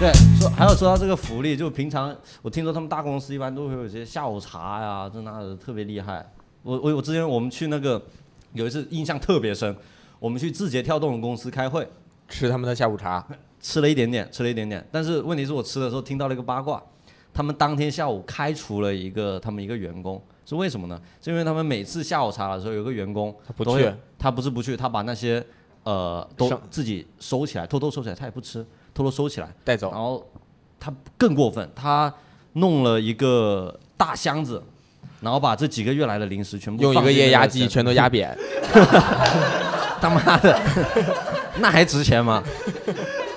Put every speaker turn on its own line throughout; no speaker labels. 对，说还有说到这个福利，就平常我听说他们大公司一般都会有一些下午茶呀、这那的特别厉害。我我我之前我们去那个有一次印象特别深，我们去字节跳动公司开会，
吃他们的下午 茶，
吃了一点点，吃了一点点，但是问题是我吃的时候听到了一个八卦，他们当天下午开除了一个他们一个员工，是为什么呢？是因为他们每次下午茶的时候有个员工
他不
都会
去，
他不是不去，他把那些呃都
上
自己收起来，偷偷收起来，他也不吃，偷偷收起来。
带走
然后他更过分，他弄了一个大箱子，然后把这几个月来的零食全部
用一
放
个
进
液
那
压
箱
机
子
全都压扁。
他妈的，那还值钱吗？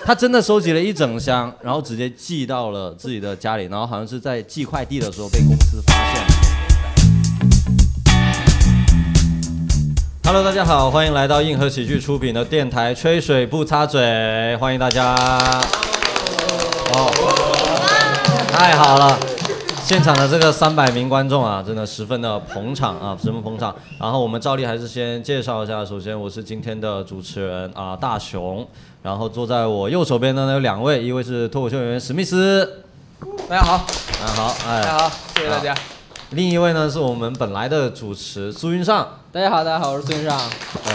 他真的收集了一整箱，然后直接寄到了自己的家里，然后好像是在寄快递的时候被公司发现。Hello，大家好，欢迎来到硬核喜剧出品的电台《吹水不擦嘴》，欢迎大家。哦，太好了。现场的这个三百名观众啊，真的十分的捧场啊，十分捧场。然后我们照例还是先介绍一下，首先我是今天的主持人啊，大熊。然后坐在我右手边的呢有两位，一位是脱口秀演员史密斯，
大家好，
啊好，
大家
哎，
好，谢谢大家。
另一位呢是我们本来的主持苏云上，
大家好，大家好，我是孙云尚。
哎，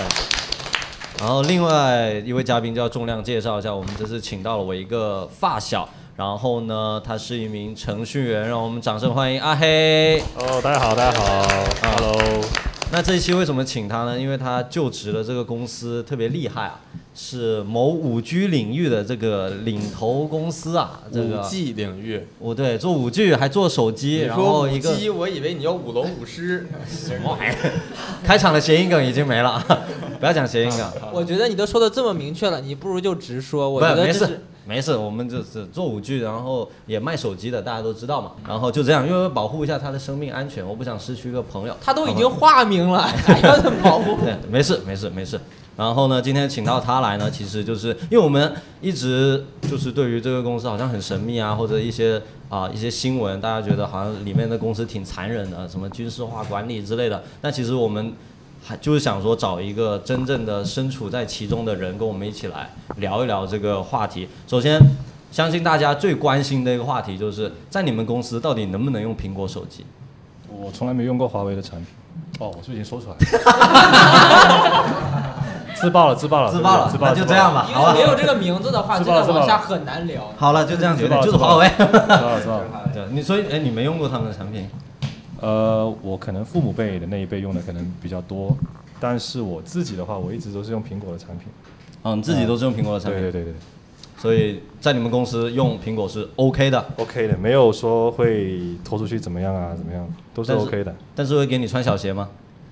然后另外一位嘉宾就要重量介绍一下，我们这次请到了我一个发小，然后呢他是一名程序员，让我们掌声欢迎阿黑。嗯
哦，大家好，大家好，Hello，
那这一期为什么请他呢？因为他就职的这个公司特别厉害啊，是某五 G 领域的这个领头公司啊。这
五
个
G 领域，
我对做五 G 还做手机，
你
然
说
后
五
一个
G，我以为你要舞龙舞 狮。
什么玩意儿？开场的谐音梗已经没了， 不要讲谐音梗。
我觉得你都说的这么明确了，你不如就直说。我
不
觉
是，
得
没
这
事
是
没事，我们就是做五 G，然后也卖手机的，大家都知道嘛。然后就这样，因为保护一下他的生命安全，我不想失去一个朋友。
他都已
好吗
经化名了，还要怎么保 护？
对， 没事没事没事。然后呢，今天请到他来呢，其实就是因为我们一直就是对于这个公司好像很神秘啊，或者一些啊、一些新闻，大家觉得好像里面的公司挺残忍的，什么军事化管理之类的。但其实我们还就是想说找一个真正的身处在其中的人，跟我们一起来聊一聊这个话题。首先，相信大家最关心的一个话题就是在你们公司到底能不能用苹果手机？
我从来没用过华为的产品。哦，我是不是已经说出来了， 自爆了，自爆了，
自爆了，
自爆
那
了，
就
自爆
这
了
样 吧，
因
好
为
吧
没。有这个名字的话，
自
真
爆了
的往下很难聊。
好了，就这样决
自
定，
爆
就是
自爆
华为。
自爆了，自爆了。
对，你所以哎，你没用过他们的产品？
呃，我可能父母辈的那一辈用的可能比较多，但是我自己的话，我一直都是用苹果的产品。
哦，你自己都是用苹果的产
对
品，
对对对对
所以在你们公司用苹果是 OK 的，
，OK 的，没有说会拖出去怎么样啊，怎么样，都是
但
OK 的。
但是会给你穿小鞋吗？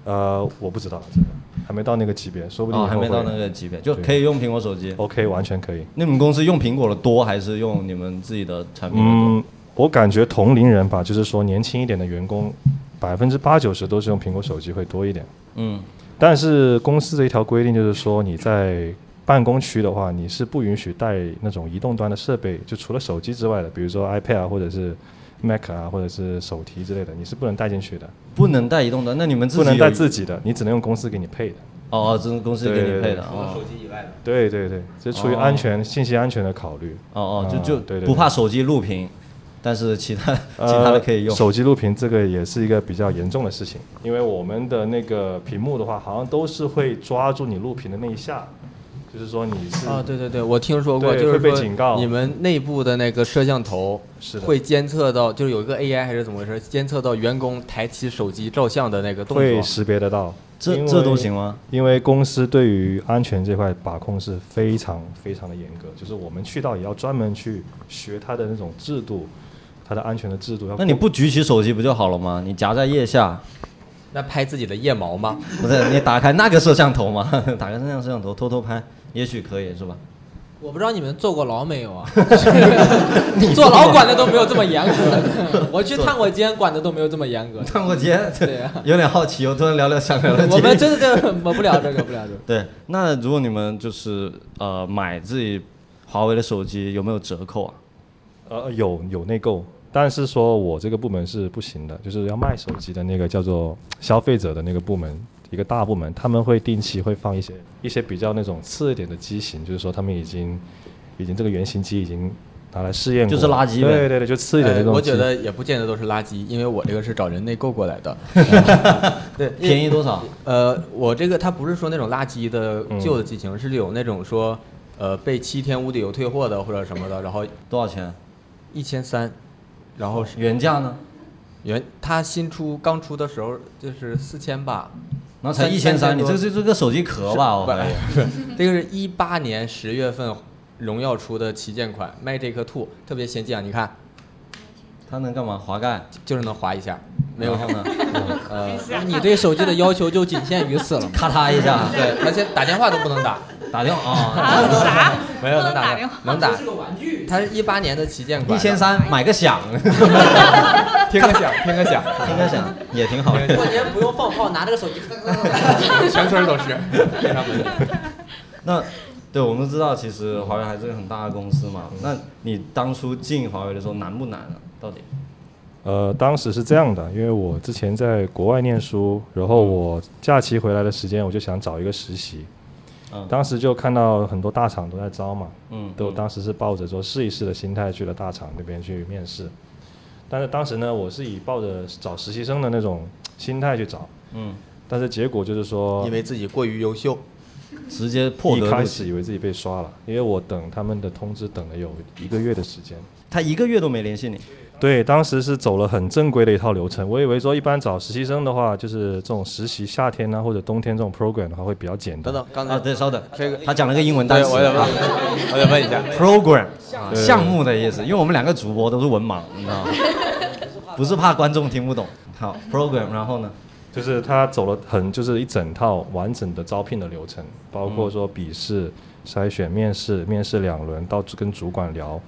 呃，我不知道，这个还没到那个级别，说不定
哦，
以
还
后
没
会
到那个级别，就可以用苹果手机。
OK，完全可以。
那你们公司用苹果的多还是用你们自己的产品的多？
嗯，我感觉同龄人吧，就是说年轻一点的员工，百分之八九十都是用苹果手机会多一点。
嗯，
但是公司的一条规定就是说，你在办公区的话，你是不允许带那种移动端的设备，就除了手机之外的，比如说 iPad 啊，或者是 Mac 啊，或者是手提之类的，你是不能带进去的，
不能带移动端，那你们自己
不能
有
带自己的，你只能用公司给你配的。
哦，哦这是公司给你配
对对
的
对
哦
机以外的，
对对对，这出于
哦
安全、信息安全的考虑。
哦哦，就
啊
就
对对对
不怕手机录屏，但是其他其他的可以用
呃。手机录屏这个也是一个比较严重的事情，因为我们的那个屏幕的话，好像都是会抓住你录屏的那一下，就是说你是、
啊，对对对，我听说过，
对
就
会
是
被
说
警告
你们内部的那个摄像头
是的
会监测到，就是有一个 AI 还是怎么回事，监测到员工抬起手机照相的那个动
会
作。
识别得到。
这
因为
这都行吗？
因为公司对于安全这块把控是非常非常的严格，就是我们去到也要专门去学它的那种制度，它的安全的制度要。
那你不举起手机不就好了吗？你夹在腋下，
那拍自己的腋毛吗？
不是你打开那个摄像头嘛？ 打开那个摄像头偷偷拍，也许可以是吧？
我不知道你们坐过牢没 有啊？坐牢管的都没有这么严 格，我去探过监，管的都没有这么严格。
探过街，
对啊
有点好奇，我突然聊聊想聊聊街。
我们真的这个我不聊这个，不聊这个。
对，那如果你们就是呃买自己华为的手机，有没有折扣啊？
呃，有有内购，但是说我这个部门是不行的，就是要卖手机的那个叫做消费者的那个部门，一个大部门，他们会定期会放一些一些比较那种次一点的机型，就是说他们已经已经这个原型机已经拿来试验过，
就是垃圾呗哎
对对对，就次一点的
呃
东西。
我觉得也不见得都是垃圾，因为我这个是找人内购过来的。 对，因为
便宜多少？
呃，我这个它不是说那种垃圾的
嗯
旧的机型，是有那种说，呃，被七天无理由退货的或者什么的，然后
多少钱？
一千三，然后是
原价呢？
原它新出刚出的时候就是四千吧，
然后才一千三，
三三千
你
多
这是这个手机壳吧？我
不
怀疑。
是，这个是一八年十月份荣耀出的旗舰款 Magic Two，特别先进啊！你看，
它能干嘛？滑盖？
就是能滑一下，没有
嗯
然后呢？。
呃，
你对手机的要求就仅限于此了
咔嚓一下，
对，而且打电话都不能打，
打掉 啊！
啊啥？
没有
不
能
能
打
电话。
能打。
个玩具，
它是一八年的旗舰款，
一千，三买个响，
听个 响，听个响，
听个响也挺好。
过年不用放炮，拿这个手机。
啊全村都 是，非常不错。
那对我们知道，其实华为还是个很大的公司嘛。那你当初进华为的时候难不难啊？到底？
呃，当时是这样的，因为我之前在国外念书，然后我假期回来的时间，我就想找一个实习。
嗯
当时就看到很多大厂都在招嘛，
嗯
都当时是抱着说试一试的心态去了大厂那边去面试。但是当时呢，我是以抱着找实习生的那种心态去找，
嗯，
但是结果就是说
因，为自己过于优秀，
直接破
一
格
开
入
始
职，
以为自己被刷了，因为我等他们的通知等了有一个月的时间。
他一个月都没联系你。
对，当时是走了很正规的一套流程。我以为说一般找实习生的话，就是这种实习夏天呢、啊或者冬天这种 program 的话会比较简单。
等等，刚才
啊，对，稍等，
这个
他讲了个英文单
对，
词
我得问
啊，
我得问一下，
，program 啊
对
项目的意思，因为我们两个主播都是文盲，你知道吗？不是怕观众听不懂。好，program，然后呢？
就是他走了很就是一整套完整的招聘的流程，包括说笔试、筛选、面试，面试两轮到跟主管聊，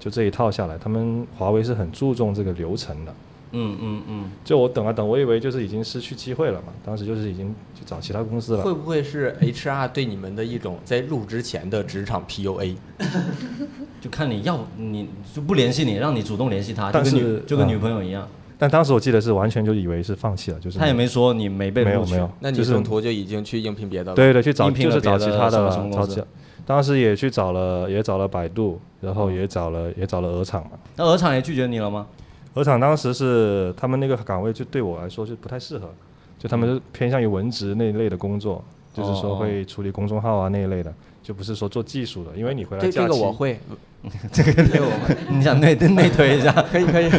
就这一套下来，他们华为是很注重这个流程的。
嗯嗯嗯，
就我等啊等，我以为就是已经失去机会了嘛，当时就是已经去找其他公司了。
会不会是 HR 对你们的一种在入职前的职场 PUA？
就看你要你就不联系你，让你主动联系他，就
但
跟
是
女就跟
啊
女朋友一样，
但当时我记得是完全就以为是放弃了，就是
他也没说你没被
没有
录取
没有，
那你
就是
中途就已经去应聘别的了？
对对，去找
应聘
就
了
是找
别
其
的
他
什
的
么
了
什么，公
找
司
其当时也去找了，也找了百度，然后也找了也找了鹅厂嘛。
那鹅厂也拒绝你了吗？
鹅厂当时是他们那个岗位就对我来说就不太适合，就他们
嗯
就偏向于文职那一类的工作，就是
哦
说会处理公众号啊那一类的，就不是说做技术的，因为你回来
这
假
这个我
期
会，
你想 内内推一下，
可以可 以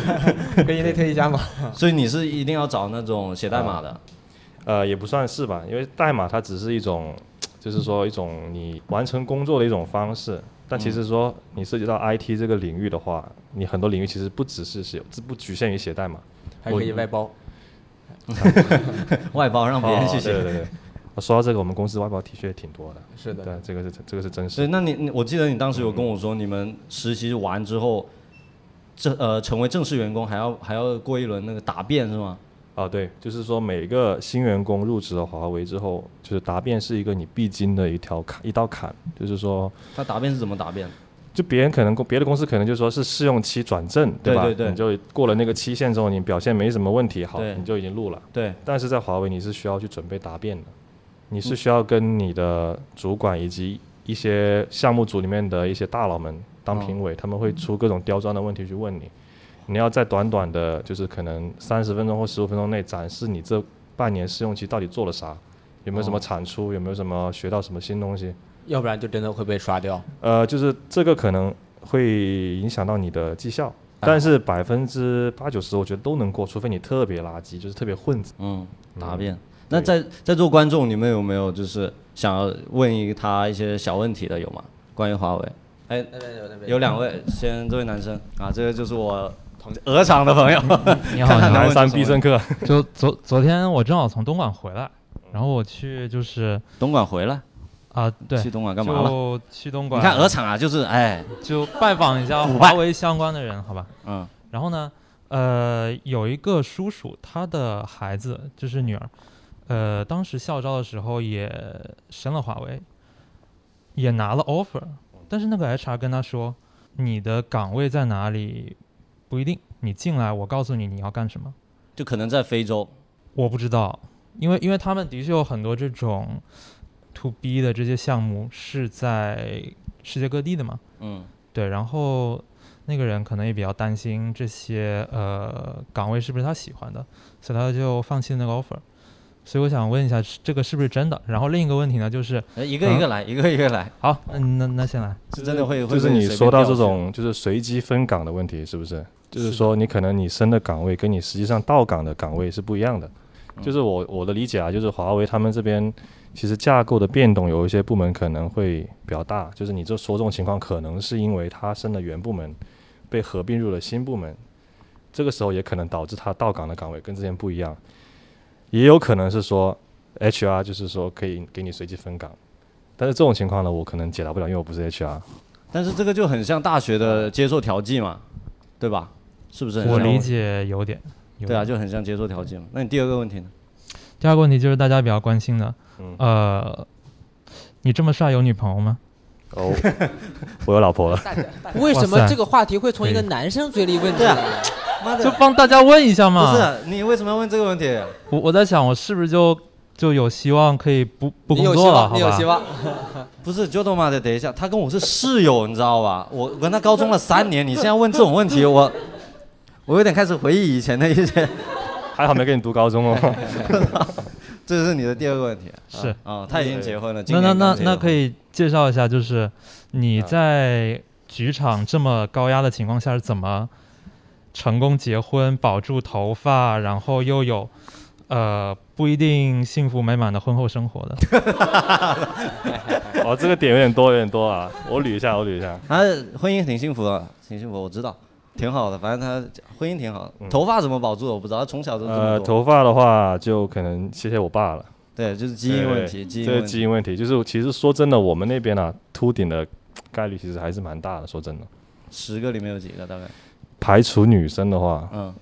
可以内推一下吗？
所以你是一定要找那种写代码的，
呃也不算是吧，因为代码它只是一种， 就是说一种你完成工作的一种方式。但其实说你涉及
嗯
到 IT 这个领域的话，你很多领域其实不只是是有，不局限于写代码，
还可以外包。
外包让别人去
哦对
写。
对对。我说到这个，我们公司外包 T 恤也挺多的。
是的
对，这个是这个是真
所以
实。
那你你我记得你当时有跟我说，你们实习完之后，正呃成为正式员工还要还要过一轮那个答辩是吗？
哦，对，就是说每个新员工入职了华为之后，就是答辩是一个你必经的一条坎，一道坎。就是说，
他答辩是怎么答辩？
就别人可能公别的公司可能就说是试用期转正，
对
吧？
对对
你就过了那个期限之后，你表现没什么问题，好，
对
你就已经录了。
对，
但是在华为，你是需要去准备答辩的，你是需要跟你的主管以及一些项目组里面的一些大佬们当评委，他们会出各种刁钻的问题去问你，你要在短短的，就是可能三十分钟或十五分钟内展示你这半年试用期到底做了啥，有没有什么产出，有没有什么学到什么新东西，
要不然就真的会被刷掉。
呃，就是这个可能会影响到你的绩效。但是百分之八九十，我觉得都能过，除非你特别垃圾，就是特别混子。
嗯，答辩。那在在座观众，你们有没有就是想要问一他一些小问题的有吗？关于华为？哎，
那边有那边
有两位，先这位男生啊，这个就是我鹅厂的朋友，
你好，你
南
好。
山必胜客，
就昨昨天我正好从东莞回来，然后我去就是
东莞回来，
啊、对，
去东莞干嘛了？
就去东
你
莞，
看鹅厂啊，就是哎，
就拜访一下
腐败
华为相关的人，好吧？
嗯，
然后呢，呃，有一个叔叔，他的孩子就是女儿，呃，当时校招的时候也申了华为，也拿了 offer，但是那个 HR 跟他说，你的岗位在哪里不一定，你进来我告诉你你要干什么。
就可能在非洲，
我不知道，因为因为他们的确有很多这种 to B 的这些项目是在世界各地的嘛，
嗯，
对，然后那个人可能也比较担心这些呃岗位是不是他喜欢的，所以他就放弃那个 offer。所以我想问一下，是这个是不是真的？然后另一个问题呢，就是
哎一个一个来，一个一个来，
好，嗯，那那先来，
是真的会
就
会
是
被
你
随
说
便
到
调
这
去
种就是随机分岗的问题，是不是？就是说你可能你升的岗位跟你实际上到岗的岗位是不一样的。
嗯
就是我我的理解啊，就是华为他们这边其实架构的变动有一些部门可能会比较大，就是你这说这种情况，可能是因为他升了原部门，被合并入了新部门，这个时候也可能导致他到岗的岗位跟之前不一样，也有可能是说 HR 就是说可以给你随机分岗，但是这种情况呢，我可能解答不了，因为我不是 HR。
但是这个就很像大学的接受调剂嘛，对吧？是不是很像？
我理解有点，有
对啊，
点。
就很像接受调剂嘛。那你第二个问题呢？
第二个问题就是大家比较关心的，
嗯
呃，你这么帅有女朋友吗？
哦，我有 老婆了。
为什
哇
么
塞
这个话题会从一个男生嘴里问出
对啊
来？
妈
就帮大家问一下嘛。
不是啊你为什么要问这个问题？
我我在想，我是不是就就有希望可以不不
你
工
有希
作了？
望，
好
你有希
吧？
望。
不是，就他妈的，等一下，他跟我是室友，你知道吧？我我跟他高中了三年，你现在问这种问题，我我有点开始回忆以前的一些。
还好没跟你读高中 哦。
这是你的第二个问题
是。
啊、他已经结婚了，今
那那
年
那
刚结
那
婚
可以介绍一下，就是你
嗯
在职场这么高压的情况下是怎么成功结婚、保住头发，然后又有呃不一定幸福美满的婚后生活的？
哦，这个点有点多，有点多啊！我捋一下，我捋一下。
他婚姻挺幸福的，挺幸福，我知道，挺好的。反正他婚姻挺好的，头发怎么保住的我不知道，他从小都这么
呃，
多。
头发的话，就可能谢谢我爸了。
对，就是基因问题，
对
基因
这
问
是基
题。
因问题，就是其实说真的，我们那边啊，秃顶的概率其实还是蛮大的。说真的，
十个里面有几个大概？
排除女生的话，
嗯，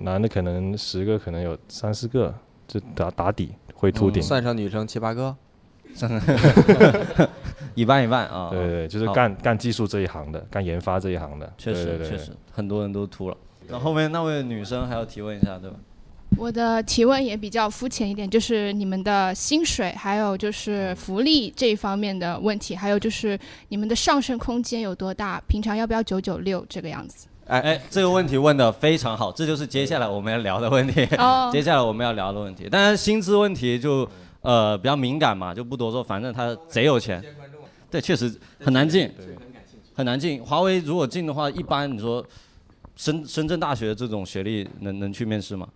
男的可能十个可能有三四个，就打打底会秃
嗯
顶。
算上女生七八个，
一半一半啊。
对对，就是
好
干干技术这一行的，干研发这一行的，
确实
对对对
确实，很多人都秃了。那后面那位女生还要提问一下，对吧？
我的提问也比较肤浅一点，就是你们的薪水，还有就是福利这一方面的问题，还有就是你们的上升空间有多大？平常要不要九九六这个样子？
哎，这个问题问的非常好，这就是接下来我们要聊的问题。
哦
接下来我们要聊的问题，当然薪资问题就呃比较敏感嘛，就不多说。反正他贼有钱，对，确实很难进，很难进。华为如果进的话，一般你说深深圳大学这种学历能能去面试吗？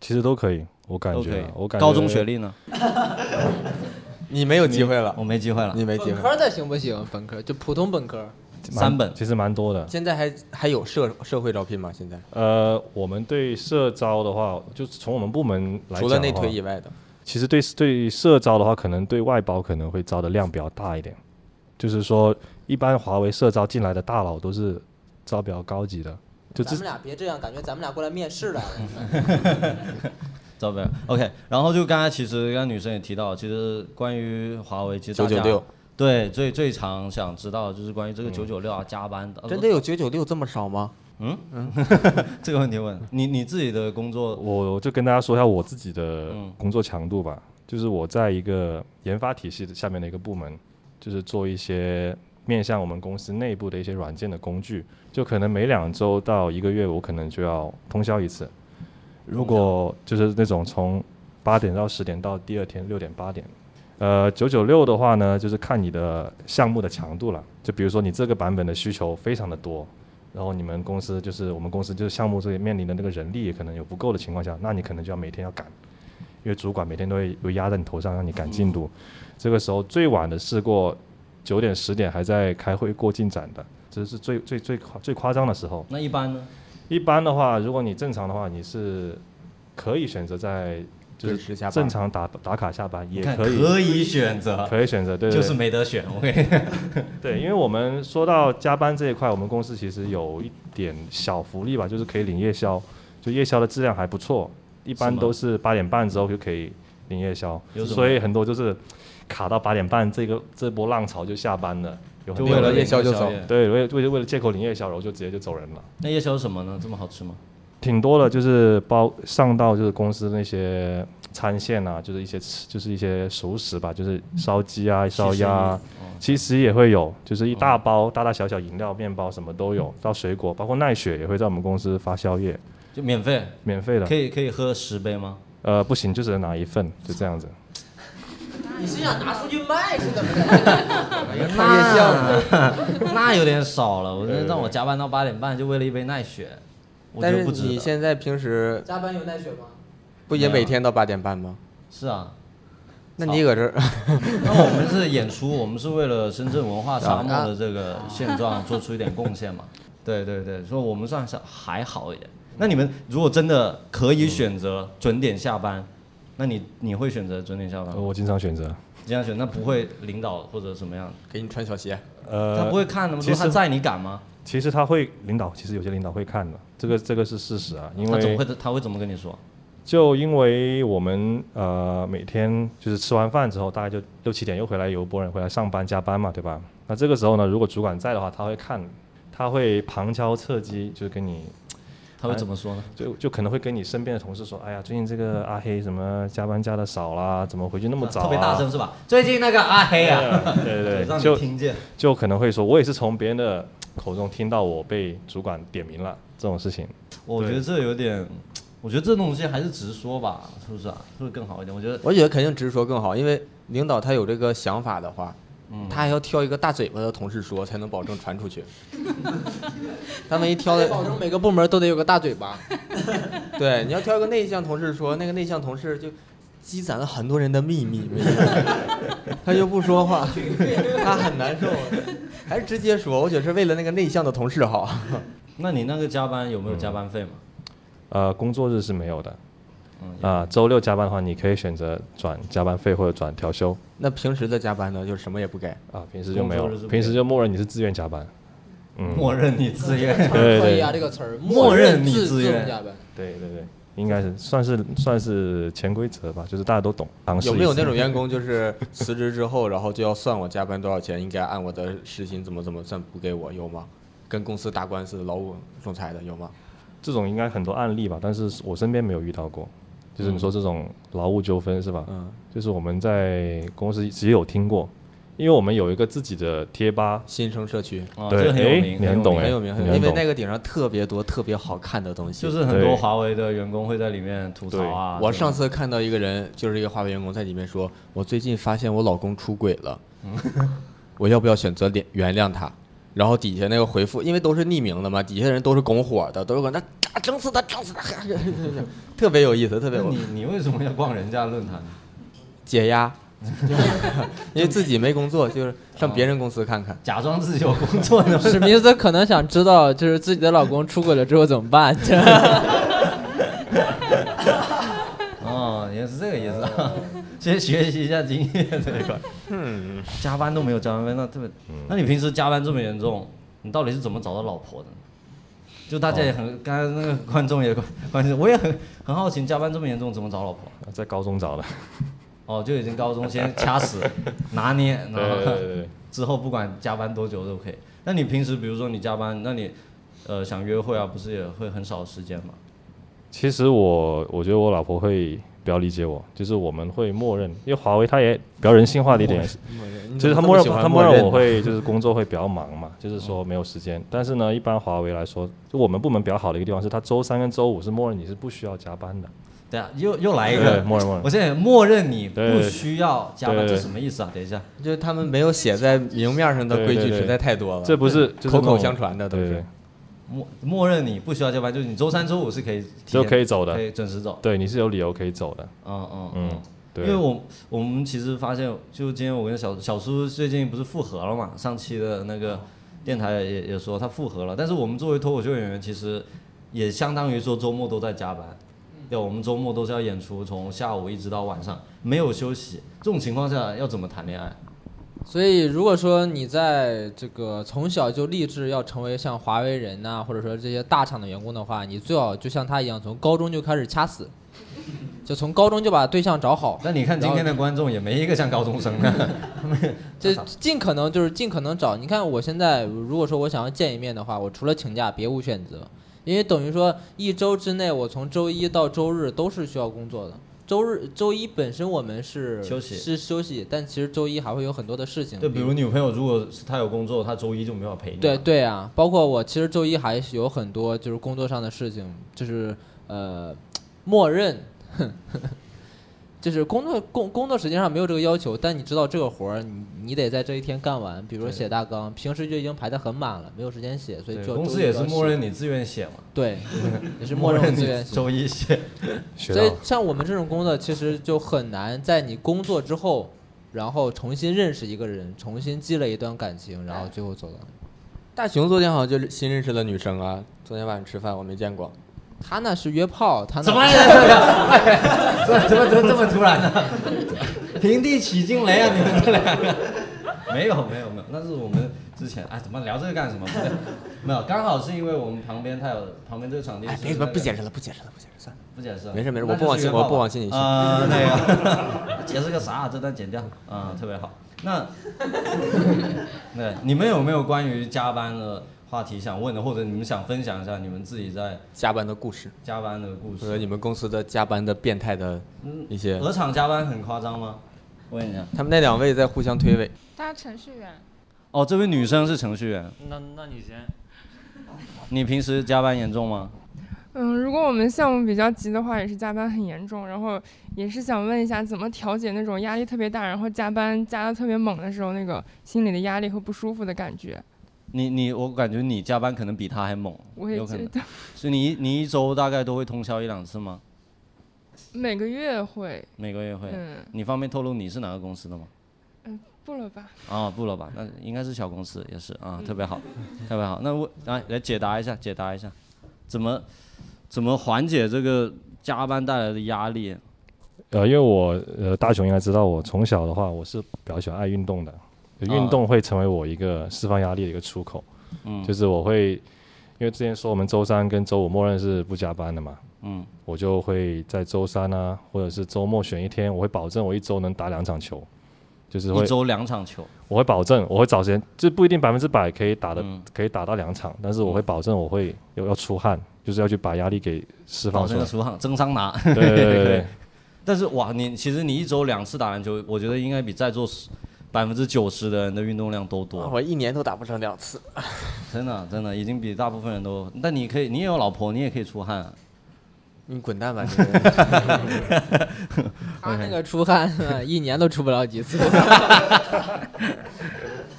其实都可以，我感
都可
觉
以
啊，我。感觉
高中学历呢？
你没有机会了，
我没机会了。
你没机
本
会。
科的行不行？本科就普通本科，
蛮
三本
其实蛮多的。
现在还还有社社会招聘吗？现在
呃，我们对社招的话，就是从我们部门来
除了
讲的
内推
话
以外的，
其实对对社招的话，可能对外包可能会招的量比较大一点。就是说，一般华为社招进来的大佬都是招比较高级的，就
咱
这
们俩别这样，感觉咱们俩过来面试来了。
招不了。OK，然后就刚才其实刚才女生也提到，其实关于华为，其实大家
996
对最最常想知道的就是关于这个九九六啊加班的，
嗯
呃
真的有九九六这么少吗？
这个问题问你你自己的工作，
我就跟大家说一下我自己的
嗯
工作强度吧，就是我在一个研发体系的下面的一个部门，就是做一些面向我们公司内部的一些软件的工具，就可能每两周到一个月，我可能就要通宵一次。如果就是那种从八点到十点到第二天六点八点，呃，九九六的话呢，就是看你的项目的强度了。就比如说你这个版本的需求非常的多，然后你们公司就是我们公司就是项目这里面临的那个人力可能有不够的情况下，那你可能就要每天要赶，因为主管每天都会会压在你头上让你赶进度。这个时候最晚的试过九点十点还在开会过进展的，这是最最最夸最夸张的时候。
那一般呢？
一般的话，如果你正常的话，你是可以选择在就
准时
是
下班
正常打打卡下班，也
你看
可以
可以选择，
可以选择，对对
就是没得选。我跟你讲，
对，因为我们说到加班这一块，我们公司其实有一点小福利吧，就是可以领夜宵，就夜宵的质量还不错，一般
是吗
都是八点半之后就可以领夜宵
有，什么
所以很多就是卡到八点半这个这波浪潮就下班了，有很
就
多
为了
人
夜宵就
领个
走
宵夜
对为为为了借口领夜宵，然后就直接就走人了。
那夜宵什么呢？这么好吃吗？
挺多的，就是包上到就是公司那些餐线啊，就是一些吃就是一些熟食吧，就是烧鸡
嗯
啊、烧鸭啊，其
哦
实也会有，就是一大包大大小小饮料、面包什么都有，到水果，包括奈雪也会在我们公司发宵夜，
就免费，
免费
啊
的
可。以可以喝十杯吗？
呃，不行，就只能拿一份，就这样子。
你是想拿出去卖是怎么？
那 那有点少了，我觉得让我加班到八点半就为了一杯奈雪，我
但
觉
是
得不值
你
得。
现在平时
加班有奈雪吗？
不也
没有
每天到八点半吗？
是啊，
那你搁这儿，
那我们是演出，我们是为了深圳文化沙漠的这个现状做出一点贡献嘛？对对对，所以我们算是还好一点。那你们如果真的可以选择准点下班，那你你会选择准点下班吗？
呃我经常选择，
这样选，那不会领导或者什么样？
给你穿小鞋。
他
呃
不，会看的吗？
其实
他在你敢吗？
其实他会领导，其实有些领导会看的，这个这个是事实啊，因
他怎么
为
会他会怎么跟你说？
就因为我们呃每天就是吃完饭之后，大概就六七点又回来由波人回来上班加班嘛，对吧？那这个时候呢，如果主管在的话，他会看，他会旁敲侧击，就是跟你
他会怎么说呢？
就就可能会跟你身边的同事说，哎呀，最近这个阿黑什么加班加的少啦，怎么回去那么早、啊？
特别大声是吧？最近那个阿黑啊，
对 对
让
对，
你
就
听见。
就可能会说，我也是从别人的口中听到我被主管点名了这种事情。
我觉得这有点，我觉得这东西还是直说吧，是不是啊？是不是更好一点？我觉得
我觉得肯定直说更好，因为领导他有这个想法的话，
嗯
他还要挑一个大嘴巴的同事说，才能保证传出去。他万一挑的，
保证每个部门都得有个大嘴 巴。
对，你要挑一个内向同事说，那个内向同事就积攒了很多人的秘密，他就不说 话，他很难受，还是直接说。我觉得是为了那个内向的同事好。
那你那个加班有
嗯
没有加班费嘛？
呃，工作日是没有的。
嗯
啊、周六加班的话，你可以选择转加班费或者转调休
那平时的加班呢，就是什么也不给。
啊，平时就没有
工作日是，不
平时就默认你是自愿加班。嗯，
默认你自 愿。
对
可以啊，
对
这个词儿，
默认你
自
自愿
动加班。
对对对，应该是算是算是潜规则吧，就是大家都懂。尝试
有没有
一次
那种员工就是辞职之后，然后就要算我加班多少钱，应该按我的时薪怎么怎么算补给我，有吗？跟公司打官司的劳务仲裁的有吗？
这种应该很多案例吧，但是我身边没有遇到过。就是你说这种劳务纠纷是吧？
嗯，
就是我们在公司只有听过，因为我们有一个自己的贴吧，
新生社区
啊，
对
这个很有
哎
名，
你很
有
懂
名
哎
很有名，很有
你
名，因
很
为
懂
那个顶上特别多特别好看的东西。
就是很多
对
华为的员工会在里面吐槽啊。
我
这
上
种
次看到一个人，就是一个华为员工在里面说，我最近发现我老公出轨了，我要不要选择原原谅他？然后底下那个回复，因为都是匿名的嘛，底下人都是拱火的，都是管他啊整死他，整死他， 特别有意思，特别
那
有
你你为什么要逛人家论坛？
解 压，因为自己没工作，就是上别人公司看看。
假装自己有工作 呢？
史密斯可能想知道，就是自己的老公出轨了之后怎么 办？
哦，也是这个意思
哦
啊。先 学习一下经验这一块。嗯，加班都没有加班费，那特别。
嗯
那你平时加班这么严重，你到底是怎么找到老婆的呢？就大家也
哦
很，刚才那个观众也关关心，我也很很好奇，加班这么严重怎么找老婆？
在高中找的。
哦，就已经高中先掐 死拿捏，然
对对
后
对对，
之后不管加班多久都可以。那你平时比如说你加班，那你呃想约会啊，不是也会很少时间吗？
其实我我觉得我老婆会比较理解我，就是我们会默认，因为华为它也比较人性化的一点，
你
就
怎
是他
么
默认
这么喜欢
他默认
呢
我会就是工作会比较忙嘛，就是说没有时间。但是呢，一般华为来说，就我们部门比较好的一个地方是，他周三跟周五是默认你是不需要加班的，
对啊，又又来一
对，
个，
默认默认
我。现在默认你不
对
需要加班，
对
这
对
什么意思啊？等一下，
就是他们没有写在明面上的
对
规矩
对对
实在太多了，
这不是就是
口口
那种
相传的都
对
是
对，。
默默认你不需要加班，就是你周三、周五是可以提前
就可以走的
可以准时走。
对，你是有理由可以走的。
嗯嗯
嗯
嗯，
对
因为我我们其实发现，就今天我跟小小叔最近不是复合了嘛，上期的那个电台也也说他复合了，但是我们作为脱口秀演员，其实也相当于说周末都在加班。对，我们周末都是要演出，从下午一直到晚上，没有休息。这种情况下要怎么谈恋爱？
所以，如果说你在这个从小就立志要成为像华为人呐、或者说这些大厂的员工的话，你最好就像他一样，从高中就开始掐死，就从高中就把对象找好，
但你看今天的观众也没一个像高中生啊的，
这尽可能就是尽可能找。你看我现在，如果说我想要见一面的话，我除了请假别无选择。因为等于说一周之内，我从周一到周日都是需要工作的。周日、周一本身我们是
休息
是休息，但其实周一还会有很多的事情。
就比如女朋友如果是她有工作，她周一就没法陪你。
对，对啊，包括我其实周一还有很多就是工作上的事情，就是呃，默认， 就是工作工工作时间上没有这个要求，但你知道这个活儿你你得在这一天干完，比如说
对
写大纲，平时就已经排得很满了，没有时间写，所以
对
就
公
周
司
一
也
就是要
默
写
认你自愿写嘛，
对，也是默认
你
自 愿写。
周一写。
学到
所以
了。
像我们这种工作，其实就很难在你工作之后，然后重新认识一个人，重新积累一段感情，
哎
然后最后走到。
大熊昨天好像就新认识了女生啊，昨天晚上吃饭我没见过。
他那是约炮，他 那
怎么哎怎么怎么怎么这么突然 呢？平地起惊雷啊！你们这两个没有没有没有，那是我们之前哎，怎么聊这个干什么？不对没有，刚好是因为我们旁边它有旁边这个场地是
哎
那，个。
别别不解释了，不解释了，不解释了，算了。
不解释啊，
没事没事
那
我不
就是
往心
原话吧
我不往心里去
呃，那 个解释个啥？这段剪掉，嗯、特别好。那 对你们有没有关于加班的话题想问的，或者你们想分享一下你们自己在
加班的故事，
加班的故
嗯
或者
事？
你们公司的加班的变态的
嗯
一些，
鹅厂加班很夸张吗？问一下。
他们那两位在互相推诿。
当程序员，
哦，这位女生是程序员，
那那你先，
你平时加班严重吗？
嗯，如果我们项目比较急的话，也是加班很严重，然后也是想问一下，怎么调节那种压力特别大，然后加班加的特别猛的时候，那个心里的压力和不舒服的感觉？
你你我感觉你加班可能比她还猛，
我也
有可
觉
能。
得
所以你一你一周大概都会通宵一两次吗？
每个月会，
每个月会？
嗯，
你方便透露你是哪个公司的吗？
不了吧？
啊、不了吧？那应该是小公司，也是啊，
嗯
特别好，特别好。那我来来解答一下，解答一下，怎么怎么缓解这个加班带来的压力？
呃，因为我呃，大雄应该知道，我从小的话，我是比较喜欢爱运动的，就运动会成为我一个释放压力的一个出口。
啊嗯
就是我会，因为之前说我们周三跟周五默认是不加班的嘛，
嗯，
我就会在周三啊，或者是周末选一天，我会保证我一周能打两场球，就是会
一周两场球，
我会保证我会找时间，就不一定百分之百可以打的、
嗯
可以打到两场，但是我会保证我会要要出汗，就是要去把压力给释
保
放出
证
来
个。出汗，蒸桑拿。
对对对 对对，
但是哇，你其实你一周两次打篮球，我觉得应该比在座百分之九十的人的运动量都多。
啊我一年都打不成两次，
真的真的已经比大部分人都。但你可以，你也有老婆，你也可以出汗、啊。
你滚蛋吧！ 你
他那个出汗呃一年都出不了几次。
哎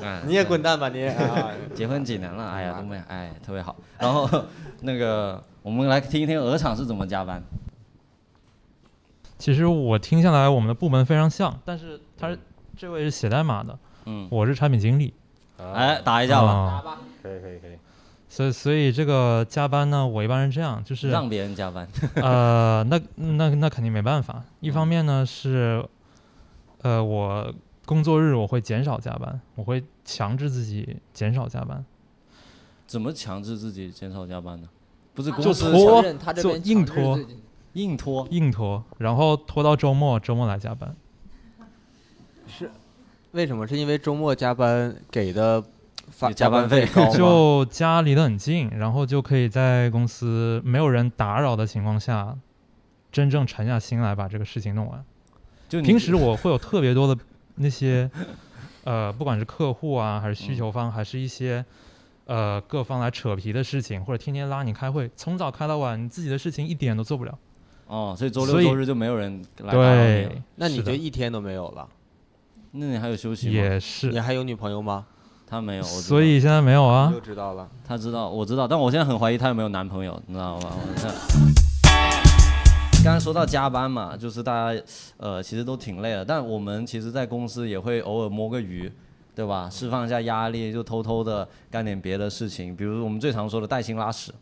嗯你也滚蛋吧！你 啊，
结婚几年了？哎呀，
嗯
都没有，哎，特别好。然后那个，我们来听一听鹅厂是怎么加班。
其实我听下来我们的部门非常像，但是他
嗯
是这位是写代码的，
嗯，
我是产品经理，
哎，打一架吧，
啊
可以可以可以。
所以所以这个加班呢，我一般是这样，就是
让别人加班。
呃，那那那肯定没办法。一方面呢是，呃，我工作日我会减少加班，我会强制自己减少加班，
怎么强制自己减少加班呢？不是
啊就
公司
是拖
承认他这
就
边
硬
强制
拖
自己
硬拖，
硬拖，然后拖到周末，周末来加班。
为什么？是因为周末加班给的发
加班费
费
哦
高 吗
就家离得很近，然后就可以在公司没有人打扰的情况下，真正沉下心来把这个事情弄完。
就你
平时我会有特别多的那些，呃，不管是客户啊，还是需求方，还是一些呃各方来扯皮的事情，或者天天拉你开会，从早开到晚，你自己的事情一点都做不了。
哦，所以周六
所以
周日就没有人来打扰你了
对。，
那你
是
就
的
一天都没有了。
那你还有休息吗？
也
你
是，
还有女朋友吗？
他没有，我知道
所以现在没有啊
又。知道了。
他知道，我知道，但我现在很怀疑他有没有男朋友，你知道吗？我现在刚刚说到加班嘛，就是大家呃其实都挺累的，但我们其实，在公司也会偶尔摸个鱼，对吧？释放一下压力，就偷偷的干点别的事情，比如我们最常说的带薪拉屎，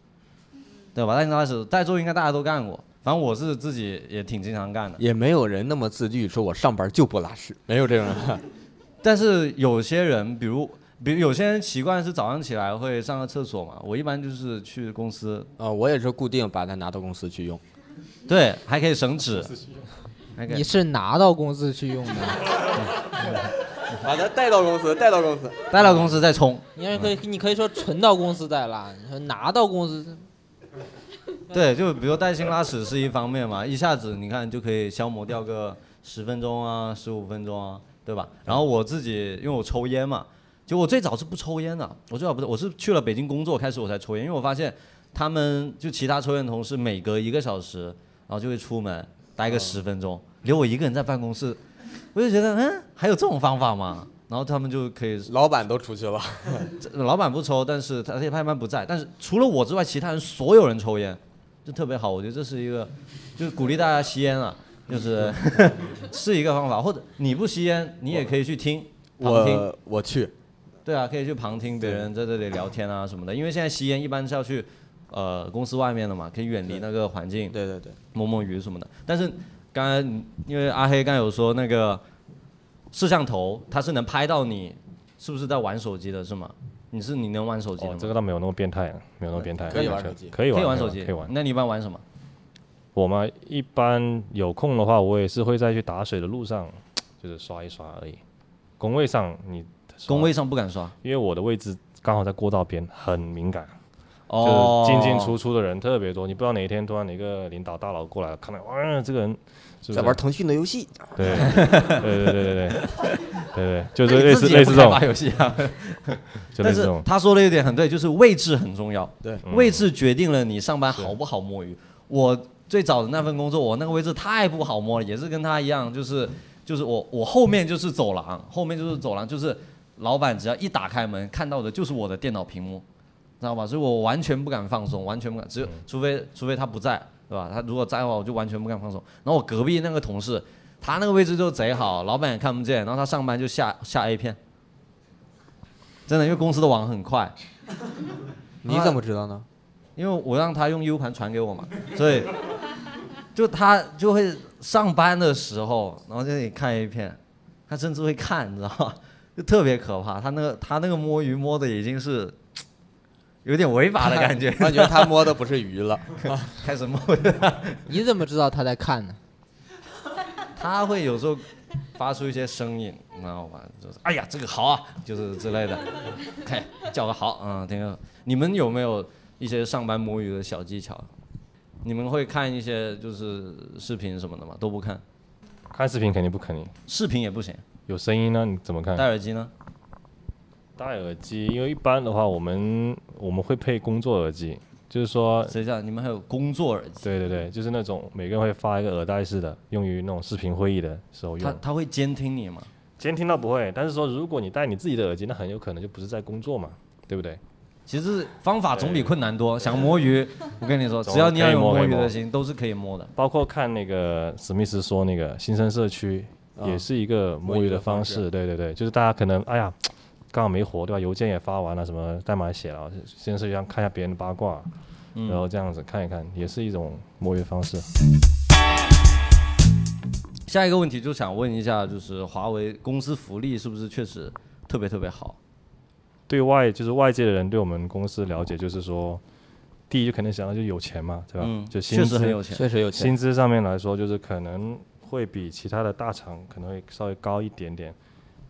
对吧？带薪拉屎，在座应该大家都干过，反正我是自己也挺经常干的。
也没有人那么自律，说我上班就不拉屎，没有这种 人。
但是有些人，比如比如有些人习惯是早上起来会上个厕所嘛，我一般就是去公司
啊，我也是固定把它拿到公司去用。
对，还可以省纸，还可
你
以。
是拿到公司去用的，
把它带到公司，带到公司。
带到公司再充，
你也可以，你可以说存到公司再拉，你说拿到公司
对，就比如带薪拉屎是一方面嘛，一下子你看就可以消磨掉个十分钟啊，十五分钟啊，对吧？然后我自己因为我抽烟嘛，就我最早是不抽烟的，我最早不是，我是去了北京工作开始我才抽烟，因为我发现他们就其他抽烟同事每隔一个小时，然后就会出门待个十分钟，留我一个人在办公室，我就觉得嗯，还有这种方法吗？然后他们就可以
老板都出去了，
这老板不抽，但是他他一般不在，但是除了我之外，其他人所有人抽烟，就特别好。我觉得这是一个，就是鼓励大家吸烟啊，就是 是一个方法。或者你不吸烟，你也可以去听旁听，
我我去，
对啊，可以去旁听别人在这里聊天啊什么的。因为现在吸烟一般是要去呃公司外面的嘛，可以远离那个环境，
对对对，
摸摸鱼什么的。但是刚才因为阿黑刚才有说那个摄像头，它是能拍到你是不是在玩手机的，是吗？你是你能玩手机的
哦
吗，？
这个倒没有那么变态，啊没有那么变态。
可以玩手机
可以
可
玩，
以玩手机，
可以玩。
那你一般玩什么？
我嘛，一般有空的话，我也是会在去打水的路上，就是刷一刷而已。工位上你刷
工位，上不敢刷，
因为我的位置刚好在过道边，很敏感，
哦
就是进进出出的人特别多。你不知道哪一天突然哪个领导大佬过来了，看到哇、这个人是不是
在玩腾讯的游戏，
对对对对对对对对，就
那
是
你
类
自
似
己也
类似
不太
这种
玩，游戏啊。
就类
但
似这
是
种。嗯
他说的一点很对，就是位置很重要，
对，
位置决定了你上班好不好摸鱼。我最早的那份工作，我那个位置太不好摸了，也是跟他一样，就是就是我我后面就是走廊，后面就是走廊，就是老板只要一打开门，看到的就是我的电脑屏幕，知道吧？所以我完全不敢放松，完全不敢，只有
嗯
除非除非他不在，对吧？他如果在的话，我就完全不敢放松。然后我隔壁那个同事，他那个位置就贼好，老板也看不见，然后他上班就下下 A 片，真的，因为公司的网很快，
你怎么知道呢？，
因为我让他用 U 盘传给我嘛， 所以就他就会上班的时候，然后就得看 A 片，他甚至会看，你知道吗？ 就特别可怕。他那个他那个摸鱼摸的已经是有点违法的感觉
我感觉啊他摸的不是鱼了，
开始摸。
你怎么知道他在看呢？
他会有时候发出一些声音，你知道吧？就是哎呀，这个好啊，就是之类的，嘿，叫个好，嗯，挺好。你们有没有一些上班摸鱼的小技巧？你们会看一些就是视频什么的吗？都不看，
看视频肯定不可能，
视频也不行，
有声音呢，你怎么看
戴？耳机呢？
戴耳机，因为一般的话，我们我们会配工作耳机，就是说
谁叫你们还有工作耳机？
对对对，就是那种每个人会发一个耳带式的，用于那种视频会议的时候
他
用。
他会监听你吗？
监听到不会，但是说如果你戴你自己的耳机，那很有可能就不是在工作嘛，对不对？
其实方法总比困难多。想摸鱼，我跟你 说，只要你要有摸鱼的心，都是可以摸的。
包括看那个史密斯说那个新生社区，
啊
也是一个摸
摸
鱼
鱼的
的方
方式
式。对对对，就是大家可能哎呀，刚好没活对吧？邮件也发完了，什么代码也写了，新生社区上看一下别人的八卦，然后这样子看一看，也是一种摸鱼的方式。
下一个问题就想问一下，就是华为公司福利是不是确实特别特别好？
对外就是外界的人对我们公司了解，就是说，第一就肯定想到就有钱嘛，对吧？
嗯，
就薪
确实
资
很有钱。
确实有钱，
薪资上面来说，就是可能会比其他的大厂可能会稍微高一点点，